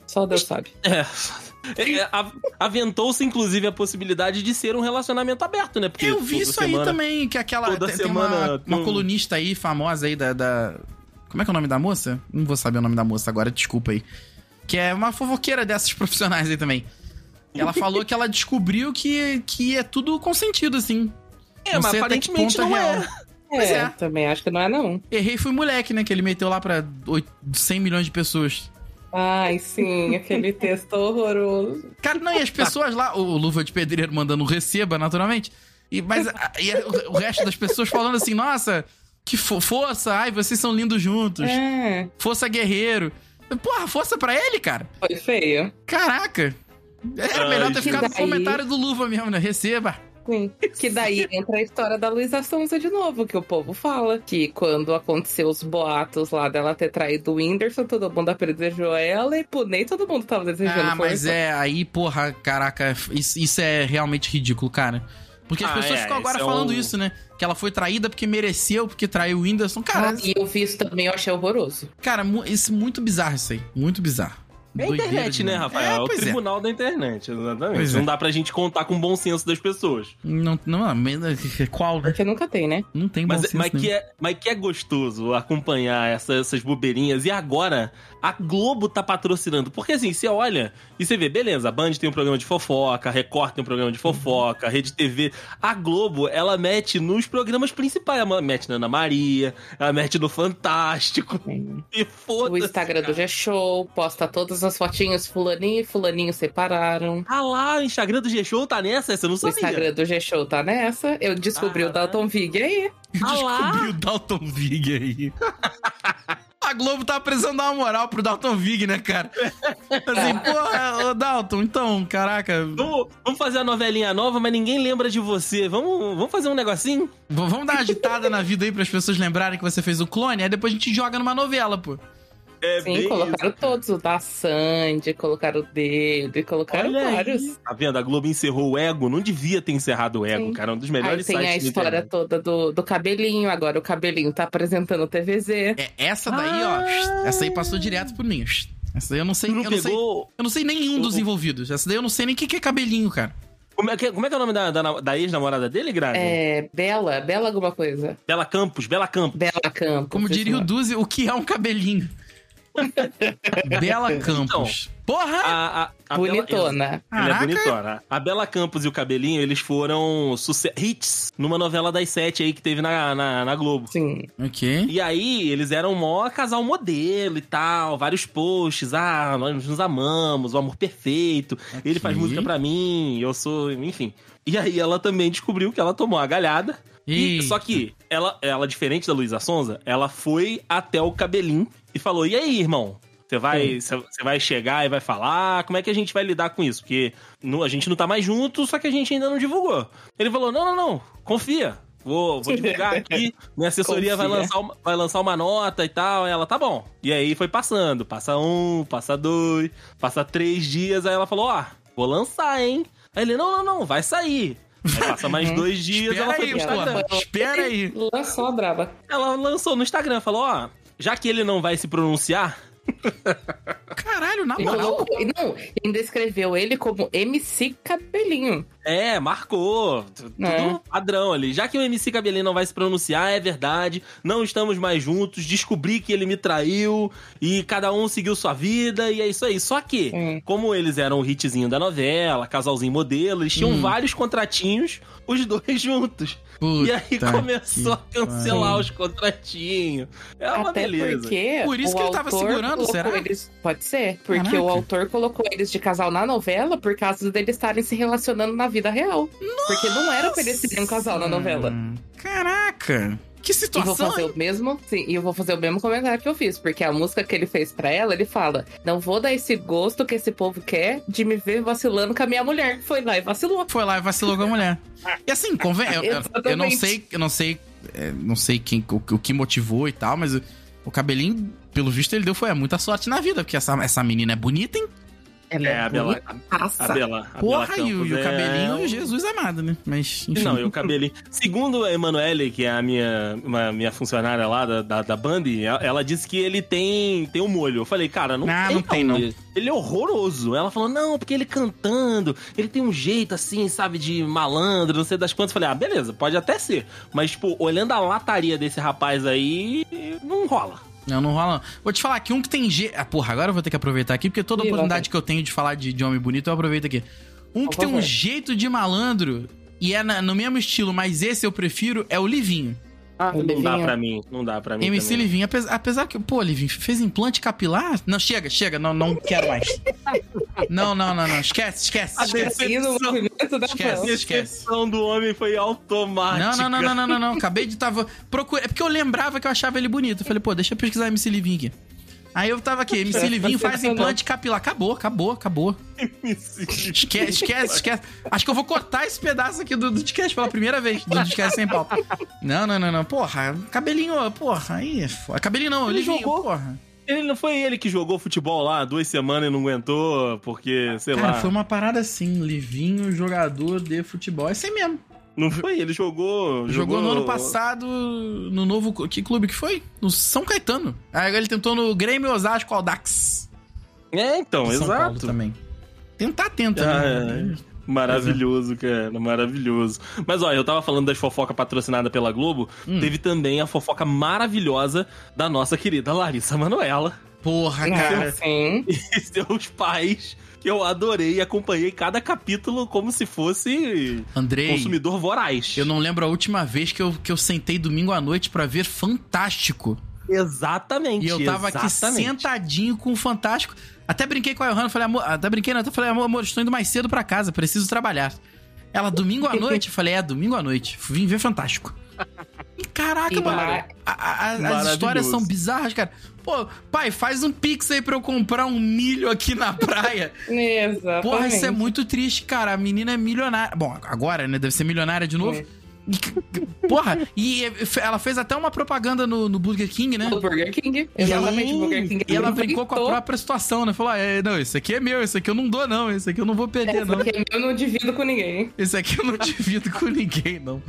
S4: Só Deus sabe.
S2: É, é, a- Aventou-se, inclusive, a possibilidade de ser um relacionamento aberto, né? Porque
S3: É, Eu vi
S2: toda
S3: isso aí
S2: semana-
S3: também, que aquela.
S2: toda
S3: tem
S2: semana
S3: uma,
S2: tem
S3: uma
S2: um-
S3: colunista aí famosa aí da, da- Como é que é o nome da moça? Não vou saber o nome da moça agora, desculpa aí. Que é uma fofoqueira dessas profissionais aí também. Ela falou que ela descobriu que, que é tudo consentido, assim.
S2: É,
S3: Não
S2: mas
S3: sei até que
S2: aparentemente
S3: ponto
S2: não
S3: é
S2: é.
S3: real. Pois
S4: É,
S3: é.
S4: também acho que não é, não.
S3: Errei fui moleque, né? Que ele meteu lá pra oito- 100 milhões de pessoas.
S4: Ai, sim, aquele texto horroroso.
S3: Cara, não, e as pessoas lá, o Luva de Pedreiro mandando receba, naturalmente. E, mas a- e a- o resto das pessoas falando assim, nossa, que fo- força, ai, vocês são lindos juntos.
S4: É,
S3: Força Guerreiro. Porra, força pra ele, cara.
S4: foi feio.
S3: Caraca. Era
S2: Ai,
S3: melhor ter
S2: gente.
S3: ficado no
S4: Daí-
S3: comentário do Luva mesmo, né? Receba.
S4: Sim. Que daí entra a história da Luísa Sonza de novo, que o povo fala. Que quando aconteceu os boatos lá dela ter traído o Whindersson, todo mundo apedrejou ela e pô, nem todo mundo tava desejando.
S3: Ah, mas
S4: força.
S3: é, aí, porra, caraca, isso, isso é realmente ridículo, cara. Porque as
S2: Ah,
S3: pessoas
S2: é,
S3: ficam agora
S2: isso é
S3: falando
S2: um-
S3: isso, né? Que ela foi traída porque mereceu, porque traiu o Whindersson.
S2: é.
S3: Cara, assim,
S4: Ah, e eu vi isso também, eu achei horroroso.
S3: cara, mu- isso é muito bizarro isso aí. Muito bizarro.
S2: É a
S3: Doideira
S2: internet, né,
S3: demais.
S2: Rafael? É, o
S3: pois
S2: tribunal da internet, exatamente.
S3: Pois é.
S2: Não dá pra gente contar com o bom senso das pessoas.
S3: Não, não, mas- qual, né?
S4: Porque nunca tem, né?
S3: Não tem bom
S2: Mas,
S3: senso
S2: mas,
S3: nenhum.
S2: que é, mas que é gostoso acompanhar essa- essas bobeirinhas. E agora, a Globo tá patrocinando. Porque assim, você olha e você vê, beleza, a Band tem um programa de fofoca, a Record tem um programa de fofoca, a Rede TV. A Globo, ela mete nos programas principais. Ela mete na Ana Maria, ela mete no Fantástico. E
S4: O
S2: foda-se.
S4: Instagram
S2: cara.
S4: do G-Show posta todas as fotinhas, fulaninho e fulaninho separaram.
S2: Ah lá, o Instagram do G-Show tá nessa? Essa eu não
S4: O
S2: sabia. Ah, é?
S4: Instagram do G-Show tá nessa. Eu descobri o
S2: Caraca.
S4: Dalton Vig aí.
S3: Eu
S2: Ah lá.
S3: descobri o Dalton Vig aí. A Globo tá precisando dar uma moral pro Dalton Vig, né, cara? Assim, porra, ô Dalton, então, caraca, v-
S2: Vamos, vamos fazer a novelinha nova, mas ninguém lembra de você. Vamos, vamos fazer um negocinho?
S3: vamos dar uma agitada na vida aí pras pessoas lembrarem que você fez o clone, aí depois a gente joga numa novela, pô.
S2: É
S4: Sim, colocaram todos. O da Sandy, colocaram o dedo e colocaram
S2: Olha aí.
S4: vários.
S2: Tá vendo? A Globo encerrou o ego. Não devia ter encerrado o ego,
S4: Sim.
S2: cara. É Um dos
S4: Aí
S2: melhores
S4: tem a
S2: sites da
S4: história
S2: internet.
S4: toda do, do cabelinho, agora o cabelinho tá apresentando o TVZ.
S3: É, essa daí, ó, essa aí passou direto por mim. Essa daí eu não sei,
S2: Ah. Tu
S3: eu
S2: não
S3: não sei,
S2: pegou.
S3: eu não sei nenhum dos envolvidos. Essa daí eu não sei nem o que, que é cabelinho, cara.
S2: Como é, que, como é que é o nome da, da- da ex-namorada dele, Grazi?
S4: É, Bela, Bela alguma coisa.
S2: Bela Campos, Bela Campos.
S4: Bela Campos.
S3: Como diria o
S4: isso
S3: Duzi, o que é um cabelinho? Bela Campos. Porra!
S2: A, a, a Bela,
S4: Bonitona.
S2: ela é
S3: Caraca.
S2: bonitona. A Bela Campos e o Cabelinho, eles foram suce- hits numa novela das sete aí que teve na, na, na Globo.
S4: Sim.
S3: Ok.
S2: E aí, eles eram mó casal modelo e tal, vários posts, ah, nós nos amamos, o amor perfeito, ele faz
S3: Ok.
S2: música pra mim, eu sou, enfim. E aí ela também descobriu que ela tomou a galhada. E,
S3: Eita.
S2: só que ela, ela, diferente da Luísa Sonza, ela foi até o cabelinho e falou: E aí, irmão? Você vai, você você vai chegar e vai falar? Como é que a gente vai lidar com isso? Porque não- a gente não tá mais junto, só que a gente ainda não divulgou. Ele falou: Não, não, não, confia. Vou, vou divulgar aqui. Minha assessoria vai
S4: Confia.
S2: lançar, uma, vai lançar uma nota e tal. Aí ela, tá bom. E aí foi passando. Passa um, passa dois, passa três dias. Aí ela falou: Ó, vou lançar, hein? Aí ele: Não, não, não, vai sair. Aí passa mais dois dias.
S3: Espera
S2: ela foi
S3: aí,
S2: pro Instagram.
S3: porra. Espera aí.
S4: Lançou a é braba.
S3: Tá
S2: Ela lançou no Instagram, falou, ó, já que ele não vai se pronunciar,
S3: Caralho, na
S4: E
S3: moral.
S4: colocou- e não, ainda escreveu ele como MC Cabelinho.
S2: é, marcou, t- tudo um
S4: É.
S2: padrão ali. Já que o MC Cabelinho não vai se pronunciar, é verdade, não estamos mais juntos, descobri que ele me traiu e cada um seguiu sua vida e é isso aí. Só que,
S4: Hum.
S2: como eles eram o hitzinho da novela, casalzinho modelo, eles tinham
S3: Hum.
S2: vários contratinhos, os dois juntos. e aí
S3: Puta
S2: começou a
S3: que
S2: cancelar
S3: pariu.
S2: os contratinhos. É uma
S4: Até
S2: beleza.
S4: porque.
S3: Por isso
S4: o
S3: que ele tava
S4: autor
S3: segurando,
S4: colocou
S3: será?
S4: eles- Pode ser. Porque
S3: Caraca.
S4: o autor colocou eles de casal na novela por causa deles estarem se relacionando na vida real. Porque não era pra eles serem um casal na novela.
S3: Hum, Caraca. Que
S4: E vou
S3: situação.
S4: fazer
S3: hein?
S4: o mesmo, sim, e eu vou fazer o mesmo comentário que eu fiz, porque a música que ele fez pra ela, ele fala: "Não vou dar esse gosto que esse povo quer de me ver vacilando com a minha mulher". Foi lá e vacilou.
S3: Foi lá e vacilou com a mulher. E assim, convém. Eu, eu- eu não
S4: Exatamente.
S3: sei, eu não sei, é, não sei quem, o, o que motivou e tal, mas o, o cabelinho, pelo visto, ele deu foi é, muita sorte na vida, porque essa, essa menina é bonita, hein?
S4: Ela
S2: É, a Bela,
S4: bonitaça.
S2: a Bela, a Bela
S3: Porra, e o,
S2: Campos
S3: e o
S2: é
S3: cabelinho,
S2: um-
S3: Jesus amado, né? Mas, enfim.
S2: Não, e o cabelinho. Segundo a Emanuele, que é a minha, uma- minha funcionária lá da, da, da Band, ela, ela disse que ele tem, tem um molho. Eu falei, cara, não,
S3: Ah,
S2: tem,
S3: não tem, não.
S2: Ele é horroroso. Ela falou, não, porque ele cantando, ele tem um jeito assim, sabe, de malandro, não sei das quantas. Eu falei, ah, beleza, pode até ser. Mas, tipo, olhando a lataria desse rapaz aí, não rola.
S3: Não, não rola. Vou te falar que um que tem jeito. Ah, porra, agora eu vou ter que aproveitar aqui, porque toda
S4: Ih,
S3: oportunidade que eu tenho de falar de, de homem bonito, eu aproveito aqui. Um que
S4: Por
S3: tem um
S4: favor.
S3: jeito de malandro e é na- no mesmo estilo, mas esse eu prefiro, é o Livinho.
S4: Ah,
S2: Não dá
S4: Livinha.
S2: pra mim, não dá pra mim.
S3: MC
S2: também.
S3: Livinho, apesar, apesar que. Pô, Livinho, fez implante capilar? Não, chega, chega, não, não quero mais. não, não, não, não. Esquece, esquece.
S2: A
S3: esquece.
S4: Assim, no
S2: Decepção.
S4: movimento da
S3: Esquece.
S2: A
S4: mão.
S2: decepção do homem foi automática.
S3: Não, não, não, não, não, não, não. Acabei de tava. Procura... É porque eu lembrava que eu achava ele bonito. Eu falei, pô, deixa eu pesquisar MC Livinho aqui. Aí eu tava aqui, MC Livinho faz implante capilar. Acabou, acabou, acabou.
S2: MC
S3: Esquece, esquece, esquece. Acho que eu vou cortar esse pedaço aqui do, do podcast pela primeira vez. Do podcast sem pauta. Não, não, não, não. Porra, cabelinho, porra. Aí, é foda. cabelinho não,
S2: Ele
S3: ele jogou.
S2: jogou.
S3: Porra.
S2: Ele não foi ele que jogou futebol lá duas semanas e não aguentou, porque, sei
S3: Ah, Cara,
S2: lá.
S3: foi uma parada assim, Livinho, jogador de futebol. É assim mesmo.
S2: Não foi, ele jogou.
S3: Jogou, no ano passado no novo. clu- Que clube que foi? No São Caetano. Aí ele tentou no Grêmio Osasco Aldax.
S2: É, então,
S3: de São Paulo
S2: exato. Ah, é.
S3: também. Tentar, tenta, né?
S2: Maravilhoso, cara, maravilhoso. Mas olha, eu tava falando das fofocas patrocinadas pela Globo.
S3: Hum.
S2: Teve também a fofoca maravilhosa da nossa querida Larissa Manoela
S3: Porra, cara.
S4: Ah, sim.
S2: e seus pais, que eu adorei e acompanhei cada capítulo como se fosse
S3: Andrei.
S2: consumidor voraz.
S3: Eu não lembro a última vez que eu, que eu sentei domingo à noite pra ver Fantástico.
S2: Exatamente.
S3: E eu tava aqui
S2: exatamente.
S3: sentadinho com o Fantástico. Até brinquei com a Johanna, falei, amor, até brinquei, não, até falei, amor, amor, estou indo mais cedo pra casa, preciso trabalhar. Ela, domingo à noite? Eu falei, é, domingo à noite. Vim ver Fantástico. E caraca,
S4: E
S3: mano.
S4: mar-
S3: a- a- as
S2: Maravilhoso.
S3: histórias são bizarras, cara. Pô, pai, faz um pix aí pra eu comprar um milho aqui na praia.
S4: Exatamente.
S3: Porra, isso é muito triste, cara. A menina é milionária. Bom, agora, né? Deve ser milionária de novo. né?
S4: É.
S3: E- Porra, e ela fez até uma propaganda no, no Burger King, né?
S4: do Burger King. Exatamente,
S2: Sim.
S4: o Burger King. é
S3: E ela brincou com a
S4: Gritou,
S3: própria situação, né? Falou: ah, é, não, esse aqui é meu, esse aqui eu não dou, não, esse aqui eu não vou perder, não.
S4: né? Porque eu não divido com ninguém.
S3: Esse aqui eu não divido com ninguém, não.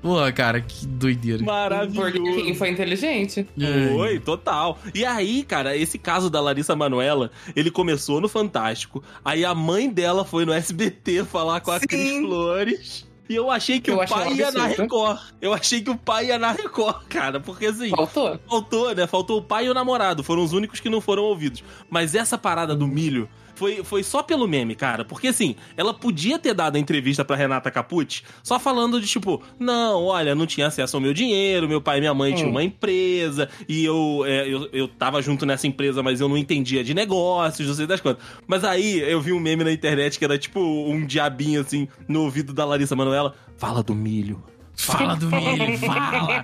S3: Porra, cara, que doideira.
S4: O Burger
S2: Maravilhoso.
S4: King foi inteligente.
S2: Foi, total. E aí, cara, esse caso da Larissa Manoela, ele começou no Fantástico. Aí a mãe dela foi no SBT falar com a
S4: Sim.
S2: Cris Flores. E eu achei que
S4: Eu
S2: o
S4: acho um
S2: pai ia na
S4: absurdo.
S2: Record. Eu achei que o pai ia na Record, cara. Porque assim,
S4: Faltou.
S2: faltou, né? Faltou o pai e o namorado. Foram os únicos que não foram ouvidos. Mas essa parada do milho. Foi, foi só pelo meme, cara. Porque assim, ela podia ter dado a entrevista pra Renata Capucci só falando de tipo, não, olha, não tinha acesso ao meu dinheiro, meu pai e minha mãe tinham
S4: Hum.
S2: uma empresa, e eu, é, eu, eu tava junto nessa empresa, mas eu não entendia de negócios, não sei das quantas. Mas aí eu vi um meme na internet que era tipo um diabinho assim no ouvido da Larissa Manoela: fala do milho.
S3: Fala do milho, fala.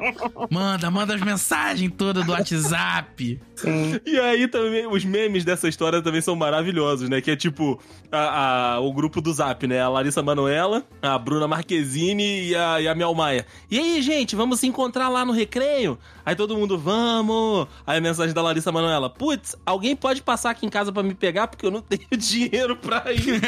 S3: Manda, manda as mensagens todas do WhatsApp.
S4: Sim.
S2: E aí também, os memes dessa história também são maravilhosos, né? Que é tipo a- a- o grupo do Zap, né? A Larissa Manoela, a Bruna Marquezine e a, e a Mel Maia. E aí, gente, vamos se encontrar lá no recreio? Aí todo mundo, vamos! Aí a mensagem da Larissa Manoela, putz, alguém pode passar aqui em casa pra me pegar porque eu não tenho dinheiro pra ir.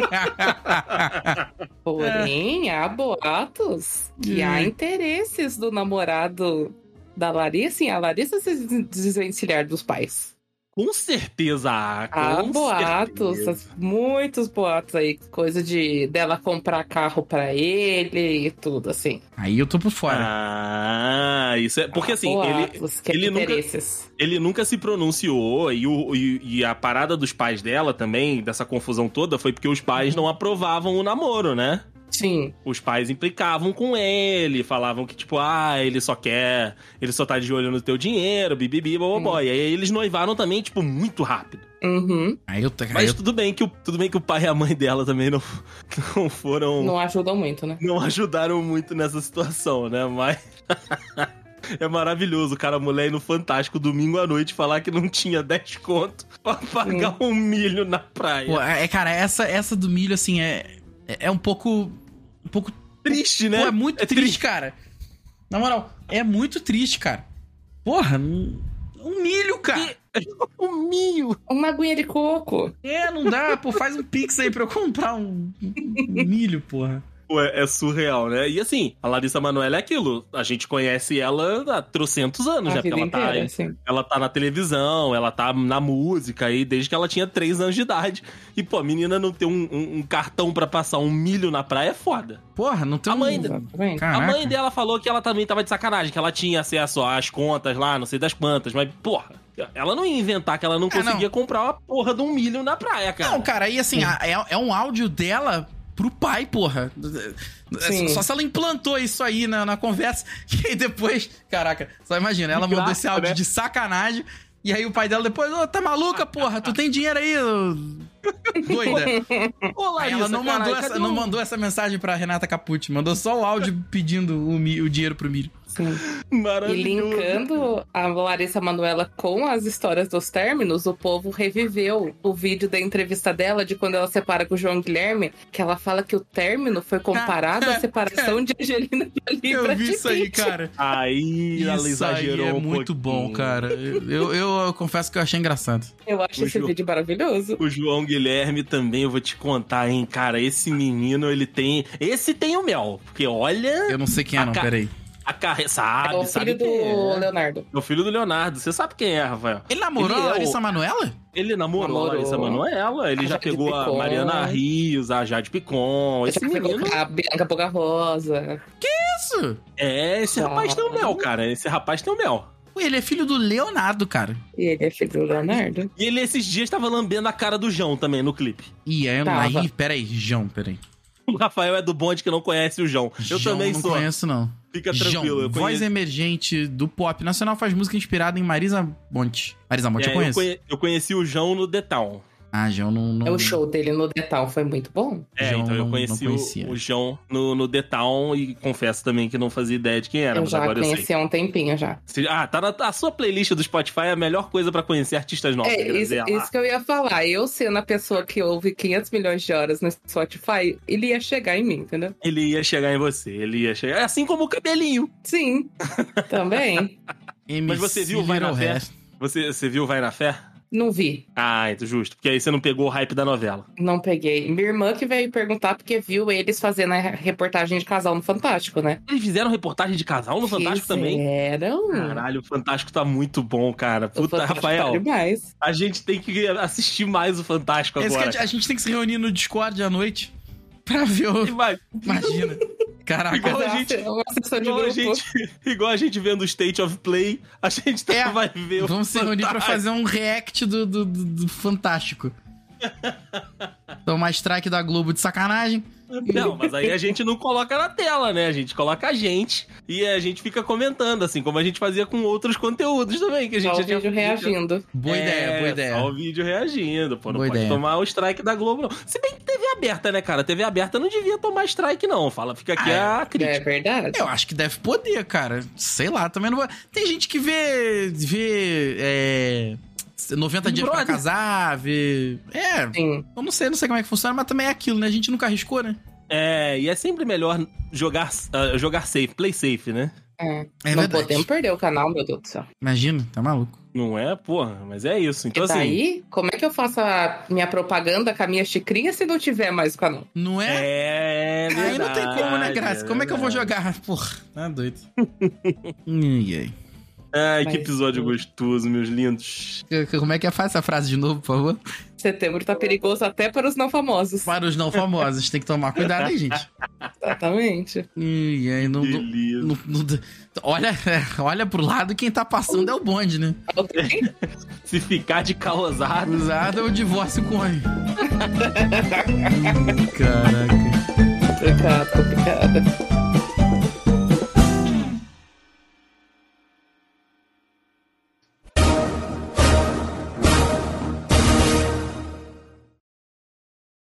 S2: É.
S4: Porém, há boatos que
S2: Hum.
S4: há interesses do namorado da Larissa em a Larissa se des- desvencilhar dos pais.
S2: Com certeza, ah, com
S4: Há boatos,
S2: certeza.
S4: muitos boatos aí. Coisa de dela comprar carro pra ele e tudo, assim.
S3: Aí eu tô por fora.
S2: Ah, isso é. Porque
S4: Há
S2: assim, ele,
S4: boatos que
S2: ele nunca-
S4: interesses.
S2: ele nunca se pronunciou e, o- e- e a parada dos pais dela também, dessa confusão toda, foi porque os pais não aprovavam o namoro, né?
S4: Sim,
S2: Os pais implicavam com ele, falavam que, tipo, ah, ele só quer, ele só tá de olho no teu dinheiro, bibibi, bobó. E aí eles noivaram também, tipo, muito rápido.
S4: uhum.
S3: Aí eu tô. aí
S2: Mas
S3: eu-
S2: tudo bem que o, tudo bem que o pai e a mãe dela também não, não foram
S4: não ajudam muito, né?
S2: não ajudaram muito nessa situação, né? Mas. É maravilhoso, cara. A mulher ir no Fantástico domingo à noite falar que não tinha 10 conto pra pagar um milho na praia.
S3: Pô, é, cara, essa, essa do milho, assim, é, é é um pouco. Um pouco.
S2: Triste, né?
S3: Pô, é muito
S2: É
S3: triste,
S2: triste.
S3: cara. Na moral, é muito triste, cara. Porra, um, um milho, cara.
S2: Um milho.
S4: Uma aguinha de coco.
S3: É, não dá, pô. Faz um pix aí pra eu comprar um, um milho, porra.
S2: Pô, é, é surreal, né? E assim, a Larissa Manoela é aquilo. A gente conhece ela há trocentos anos,
S4: A
S2: né? Porque
S4: vida
S2: ela tá,
S4: inteira, assim.
S2: ela tá na televisão, ela tá na música aí desde que ela tinha 3 anos de idade. E, pô, a menina não ter um, um- um cartão pra passar um milho na praia é foda.
S3: Porra, não tem
S2: A mãe
S3: um...
S2: da-
S4: Exatamente.
S2: A
S3: Caraca.
S2: mãe dela falou que ela também tava de sacanagem, que ela tinha acesso às contas lá, não sei das quantas, mas, porra, ela não ia inventar que ela não
S3: Ah, não.
S2: conseguia comprar uma porra de um milho na praia, cara.
S3: Não, cara, aí assim, a- é, é um áudio dela pro pai, porra. É,
S4: Sim.
S3: Só se ela implantou isso aí na, na conversa, e aí depois, caraca, só imagina, ela
S2: Que
S3: mandou
S2: graça,
S3: esse áudio
S2: né?
S3: de sacanagem, e aí o pai dela depois, ô, tá maluca, porra, tu tem dinheiro aí, ô, doida.
S2: Ô,
S3: Aí
S2: Larissa,
S3: ela
S2: caralho,
S3: não mandou,
S2: cadê
S3: essa,
S2: o-
S3: não mandou essa mensagem pra Renata Capucci, mandou só o áudio pedindo o, mi- o dinheiro pro milho.
S4: Sim. E
S2: Maravilhoso.
S4: linkando a Larissa Manoela com as histórias dos términos, o povo reviveu o vídeo da entrevista dela de quando ela separa com o João Guilherme, que ela fala que o término foi comparado à separação de Angelina Jolie.
S3: Eu
S4: e
S3: vi
S4: Brad
S3: isso aí,
S4: Pitt.
S3: cara.
S2: Aí ela
S3: Isso aí
S2: exagerou
S3: é
S2: um
S3: muito bom,
S2: pouquinho.
S3: cara. Eu, eu, eu confesso que eu achei engraçado.
S4: Eu acho
S2: O
S4: esse
S2: João.
S4: vídeo maravilhoso.
S2: O João Guilherme também, eu vou te contar, hein, cara. Esse menino, ele tem. Esse tem o mel. Porque olha
S3: Eu não sei quem é,
S2: A
S3: não,
S2: ca-
S3: peraí.
S2: a carreira.
S3: Ah,
S4: É
S2: Sabe,
S4: o
S2: sabe
S4: filho do
S2: quem é.
S4: Leonardo.
S2: É o filho do Leonardo. Você sabe quem é, Rafael?
S3: Ele namorou
S2: Ele é
S3: a
S2: o-
S3: Larissa Manoela?
S2: Ele namorou,
S4: Namorou.
S2: a Larissa Manoela, ele
S4: A
S2: já
S4: Jade
S2: pegou a
S4: Picon.
S2: Mariana Rios, a Jade Picon. Esse
S4: Já pegou
S2: menino.
S4: a Bianca Boca Rosa.
S3: Isso!
S2: É, esse
S4: Cara.
S2: rapaz tem o
S4: Ah.
S2: mel, cara. Esse rapaz tem o mel.
S3: Ué, ele é filho do Leonardo, cara.
S4: E ele é filho do Leonardo.
S2: E ele esses dias tava lambendo a cara do João também no clipe.
S3: Ih, aí,
S4: Tava.
S3: aí peraí, João, peraí.
S2: O Rafael é do bonde que não conhece o João. Eu
S3: João
S2: também
S3: não
S2: sou.
S3: conheço, não.
S2: Fica
S3: João,
S2: tranquilo, eu
S3: voz é
S2: conheço.
S3: emergente do pop nacional, faz música inspirada em Marisa Monte. Marisa Monte,
S2: É,
S3: eu conheço.
S2: conhe- eu conheci o João no The Town.
S3: Ah, João não...
S2: Hum.
S3: não...
S4: É o show dele no Detal, foi muito bom.
S2: É,
S3: João
S2: então eu
S3: não-
S2: conheci
S3: não conhecia.
S2: o, o João no, no The Town e confesso também que não fazia ideia de quem era,
S4: Eu
S2: mas
S4: já
S2: agora eu
S4: conheci há um tempinho já.
S2: sei. Se- Ah, tá na a sua playlist do Spotify é a melhor coisa pra conhecer artistas novos.
S4: É,
S2: quer
S4: isso,
S2: dizer, lá.
S4: isso que eu ia falar. Eu sendo a pessoa que ouve 500 milhões de horas no Spotify, ele ia chegar em mim, entendeu?
S2: Ele ia chegar em você, ele ia chegar. É Assim como o cabelinho.
S4: Sim, também.
S3: MC
S2: Mas você viu o Vai na
S3: Little
S2: Fé?
S3: Hair.
S2: Você, você viu Vai na Fé?
S4: Não vi,
S2: Ah, então justo. Porque aí você não pegou o hype da novela.
S4: não peguei. Minha irmã que veio perguntar porque viu eles fazendo a reportagem de casal no Fantástico, né?
S2: Eles fizeram reportagem de casal no Fantástico também.
S4: Fizeram.
S2: Caralho, o Fantástico tá muito bom, cara.
S4: Hum. O
S2: Puta,
S4: Fantástico tá
S2: Rafael,
S4: demais.
S2: a gente tem que assistir mais o Fantástico
S3: Esse É que
S2: agora.
S3: a gente- a gente tem que se reunir no Discord à noite. pra ver o.
S2: Vai,
S3: Imagina. Caraca.
S2: Igual a gente-
S4: É uma
S3: Tá
S4: sessão de
S2: igual a,
S4: grupo.
S2: gente, igual a gente vendo o State of Play, a gente tá,
S3: É.
S2: vai ver o
S3: Vamos se reunir pra
S2: Fantástico.
S3: fazer um react do, do, do- do Fantástico. Tomar strike da Globo de sacanagem.
S2: Não, mas aí a gente não coloca na tela, né? A gente coloca a gente e a gente fica comentando, assim, como a gente fazia com outros conteúdos também, que a gente
S4: Só o
S2: já tinha-
S4: vídeo reagindo.
S3: Boa
S2: É,
S3: ideia, boa ideia.
S2: Só o vídeo reagindo, pô. Não
S3: Boa
S2: pode
S3: ideia.
S2: tomar o strike da Globo, não. Se bem que TV aberta, né, cara? TV aberta não devia tomar strike, não. Fala, fica aqui a
S4: É
S2: crítica.
S4: verdade.
S3: Eu acho que deve poder, cara. Sei lá, também não vou. Tem gente que vê. vê. É, 90
S2: Big
S3: dias pra
S2: Brother.
S3: casar, vê. É,
S4: Sim.
S3: eu não sei, não sei como é que funciona, mas também é aquilo, né? A gente nunca arriscou, né?
S2: É, e é sempre melhor jogar, ah, jogar safe, play safe, né?
S4: É.
S3: É
S4: não
S3: verdade.
S4: podemos perder o canal, meu Deus do céu.
S3: Imagina, tá maluco.
S2: Não é? Porra, mas é isso. Então,
S4: e
S2: assim.
S4: daí, como é que eu faço a minha propaganda com a minha xicrinha se não tiver mais o canal?
S3: Não é?
S2: É.
S3: Aí não tem como, né,
S2: verdade,
S3: Graça? Como é que eu vou
S2: verdade.
S3: jogar? Porra, tá doido. Ninguém.
S2: Ai, que
S4: Mas-
S2: episódio gostoso, meus lindos.
S3: Como é que é? Faz essa frase de novo, por favor.
S4: Setembro tá perigoso até para os não famosos.
S3: Para os não famosos, tem que tomar cuidado aí, gente.
S4: Exatamente.
S3: E aí, não,
S2: Que
S3: não,
S2: lindo.
S3: não- não- olha, olha pro lado, quem tá passando é o bonde, né?
S4: Tá Ok?
S2: Se ficar de causado.
S3: Cruzada ou é divórcio com homem? Caraca.
S4: tá Obrigada, obrigada.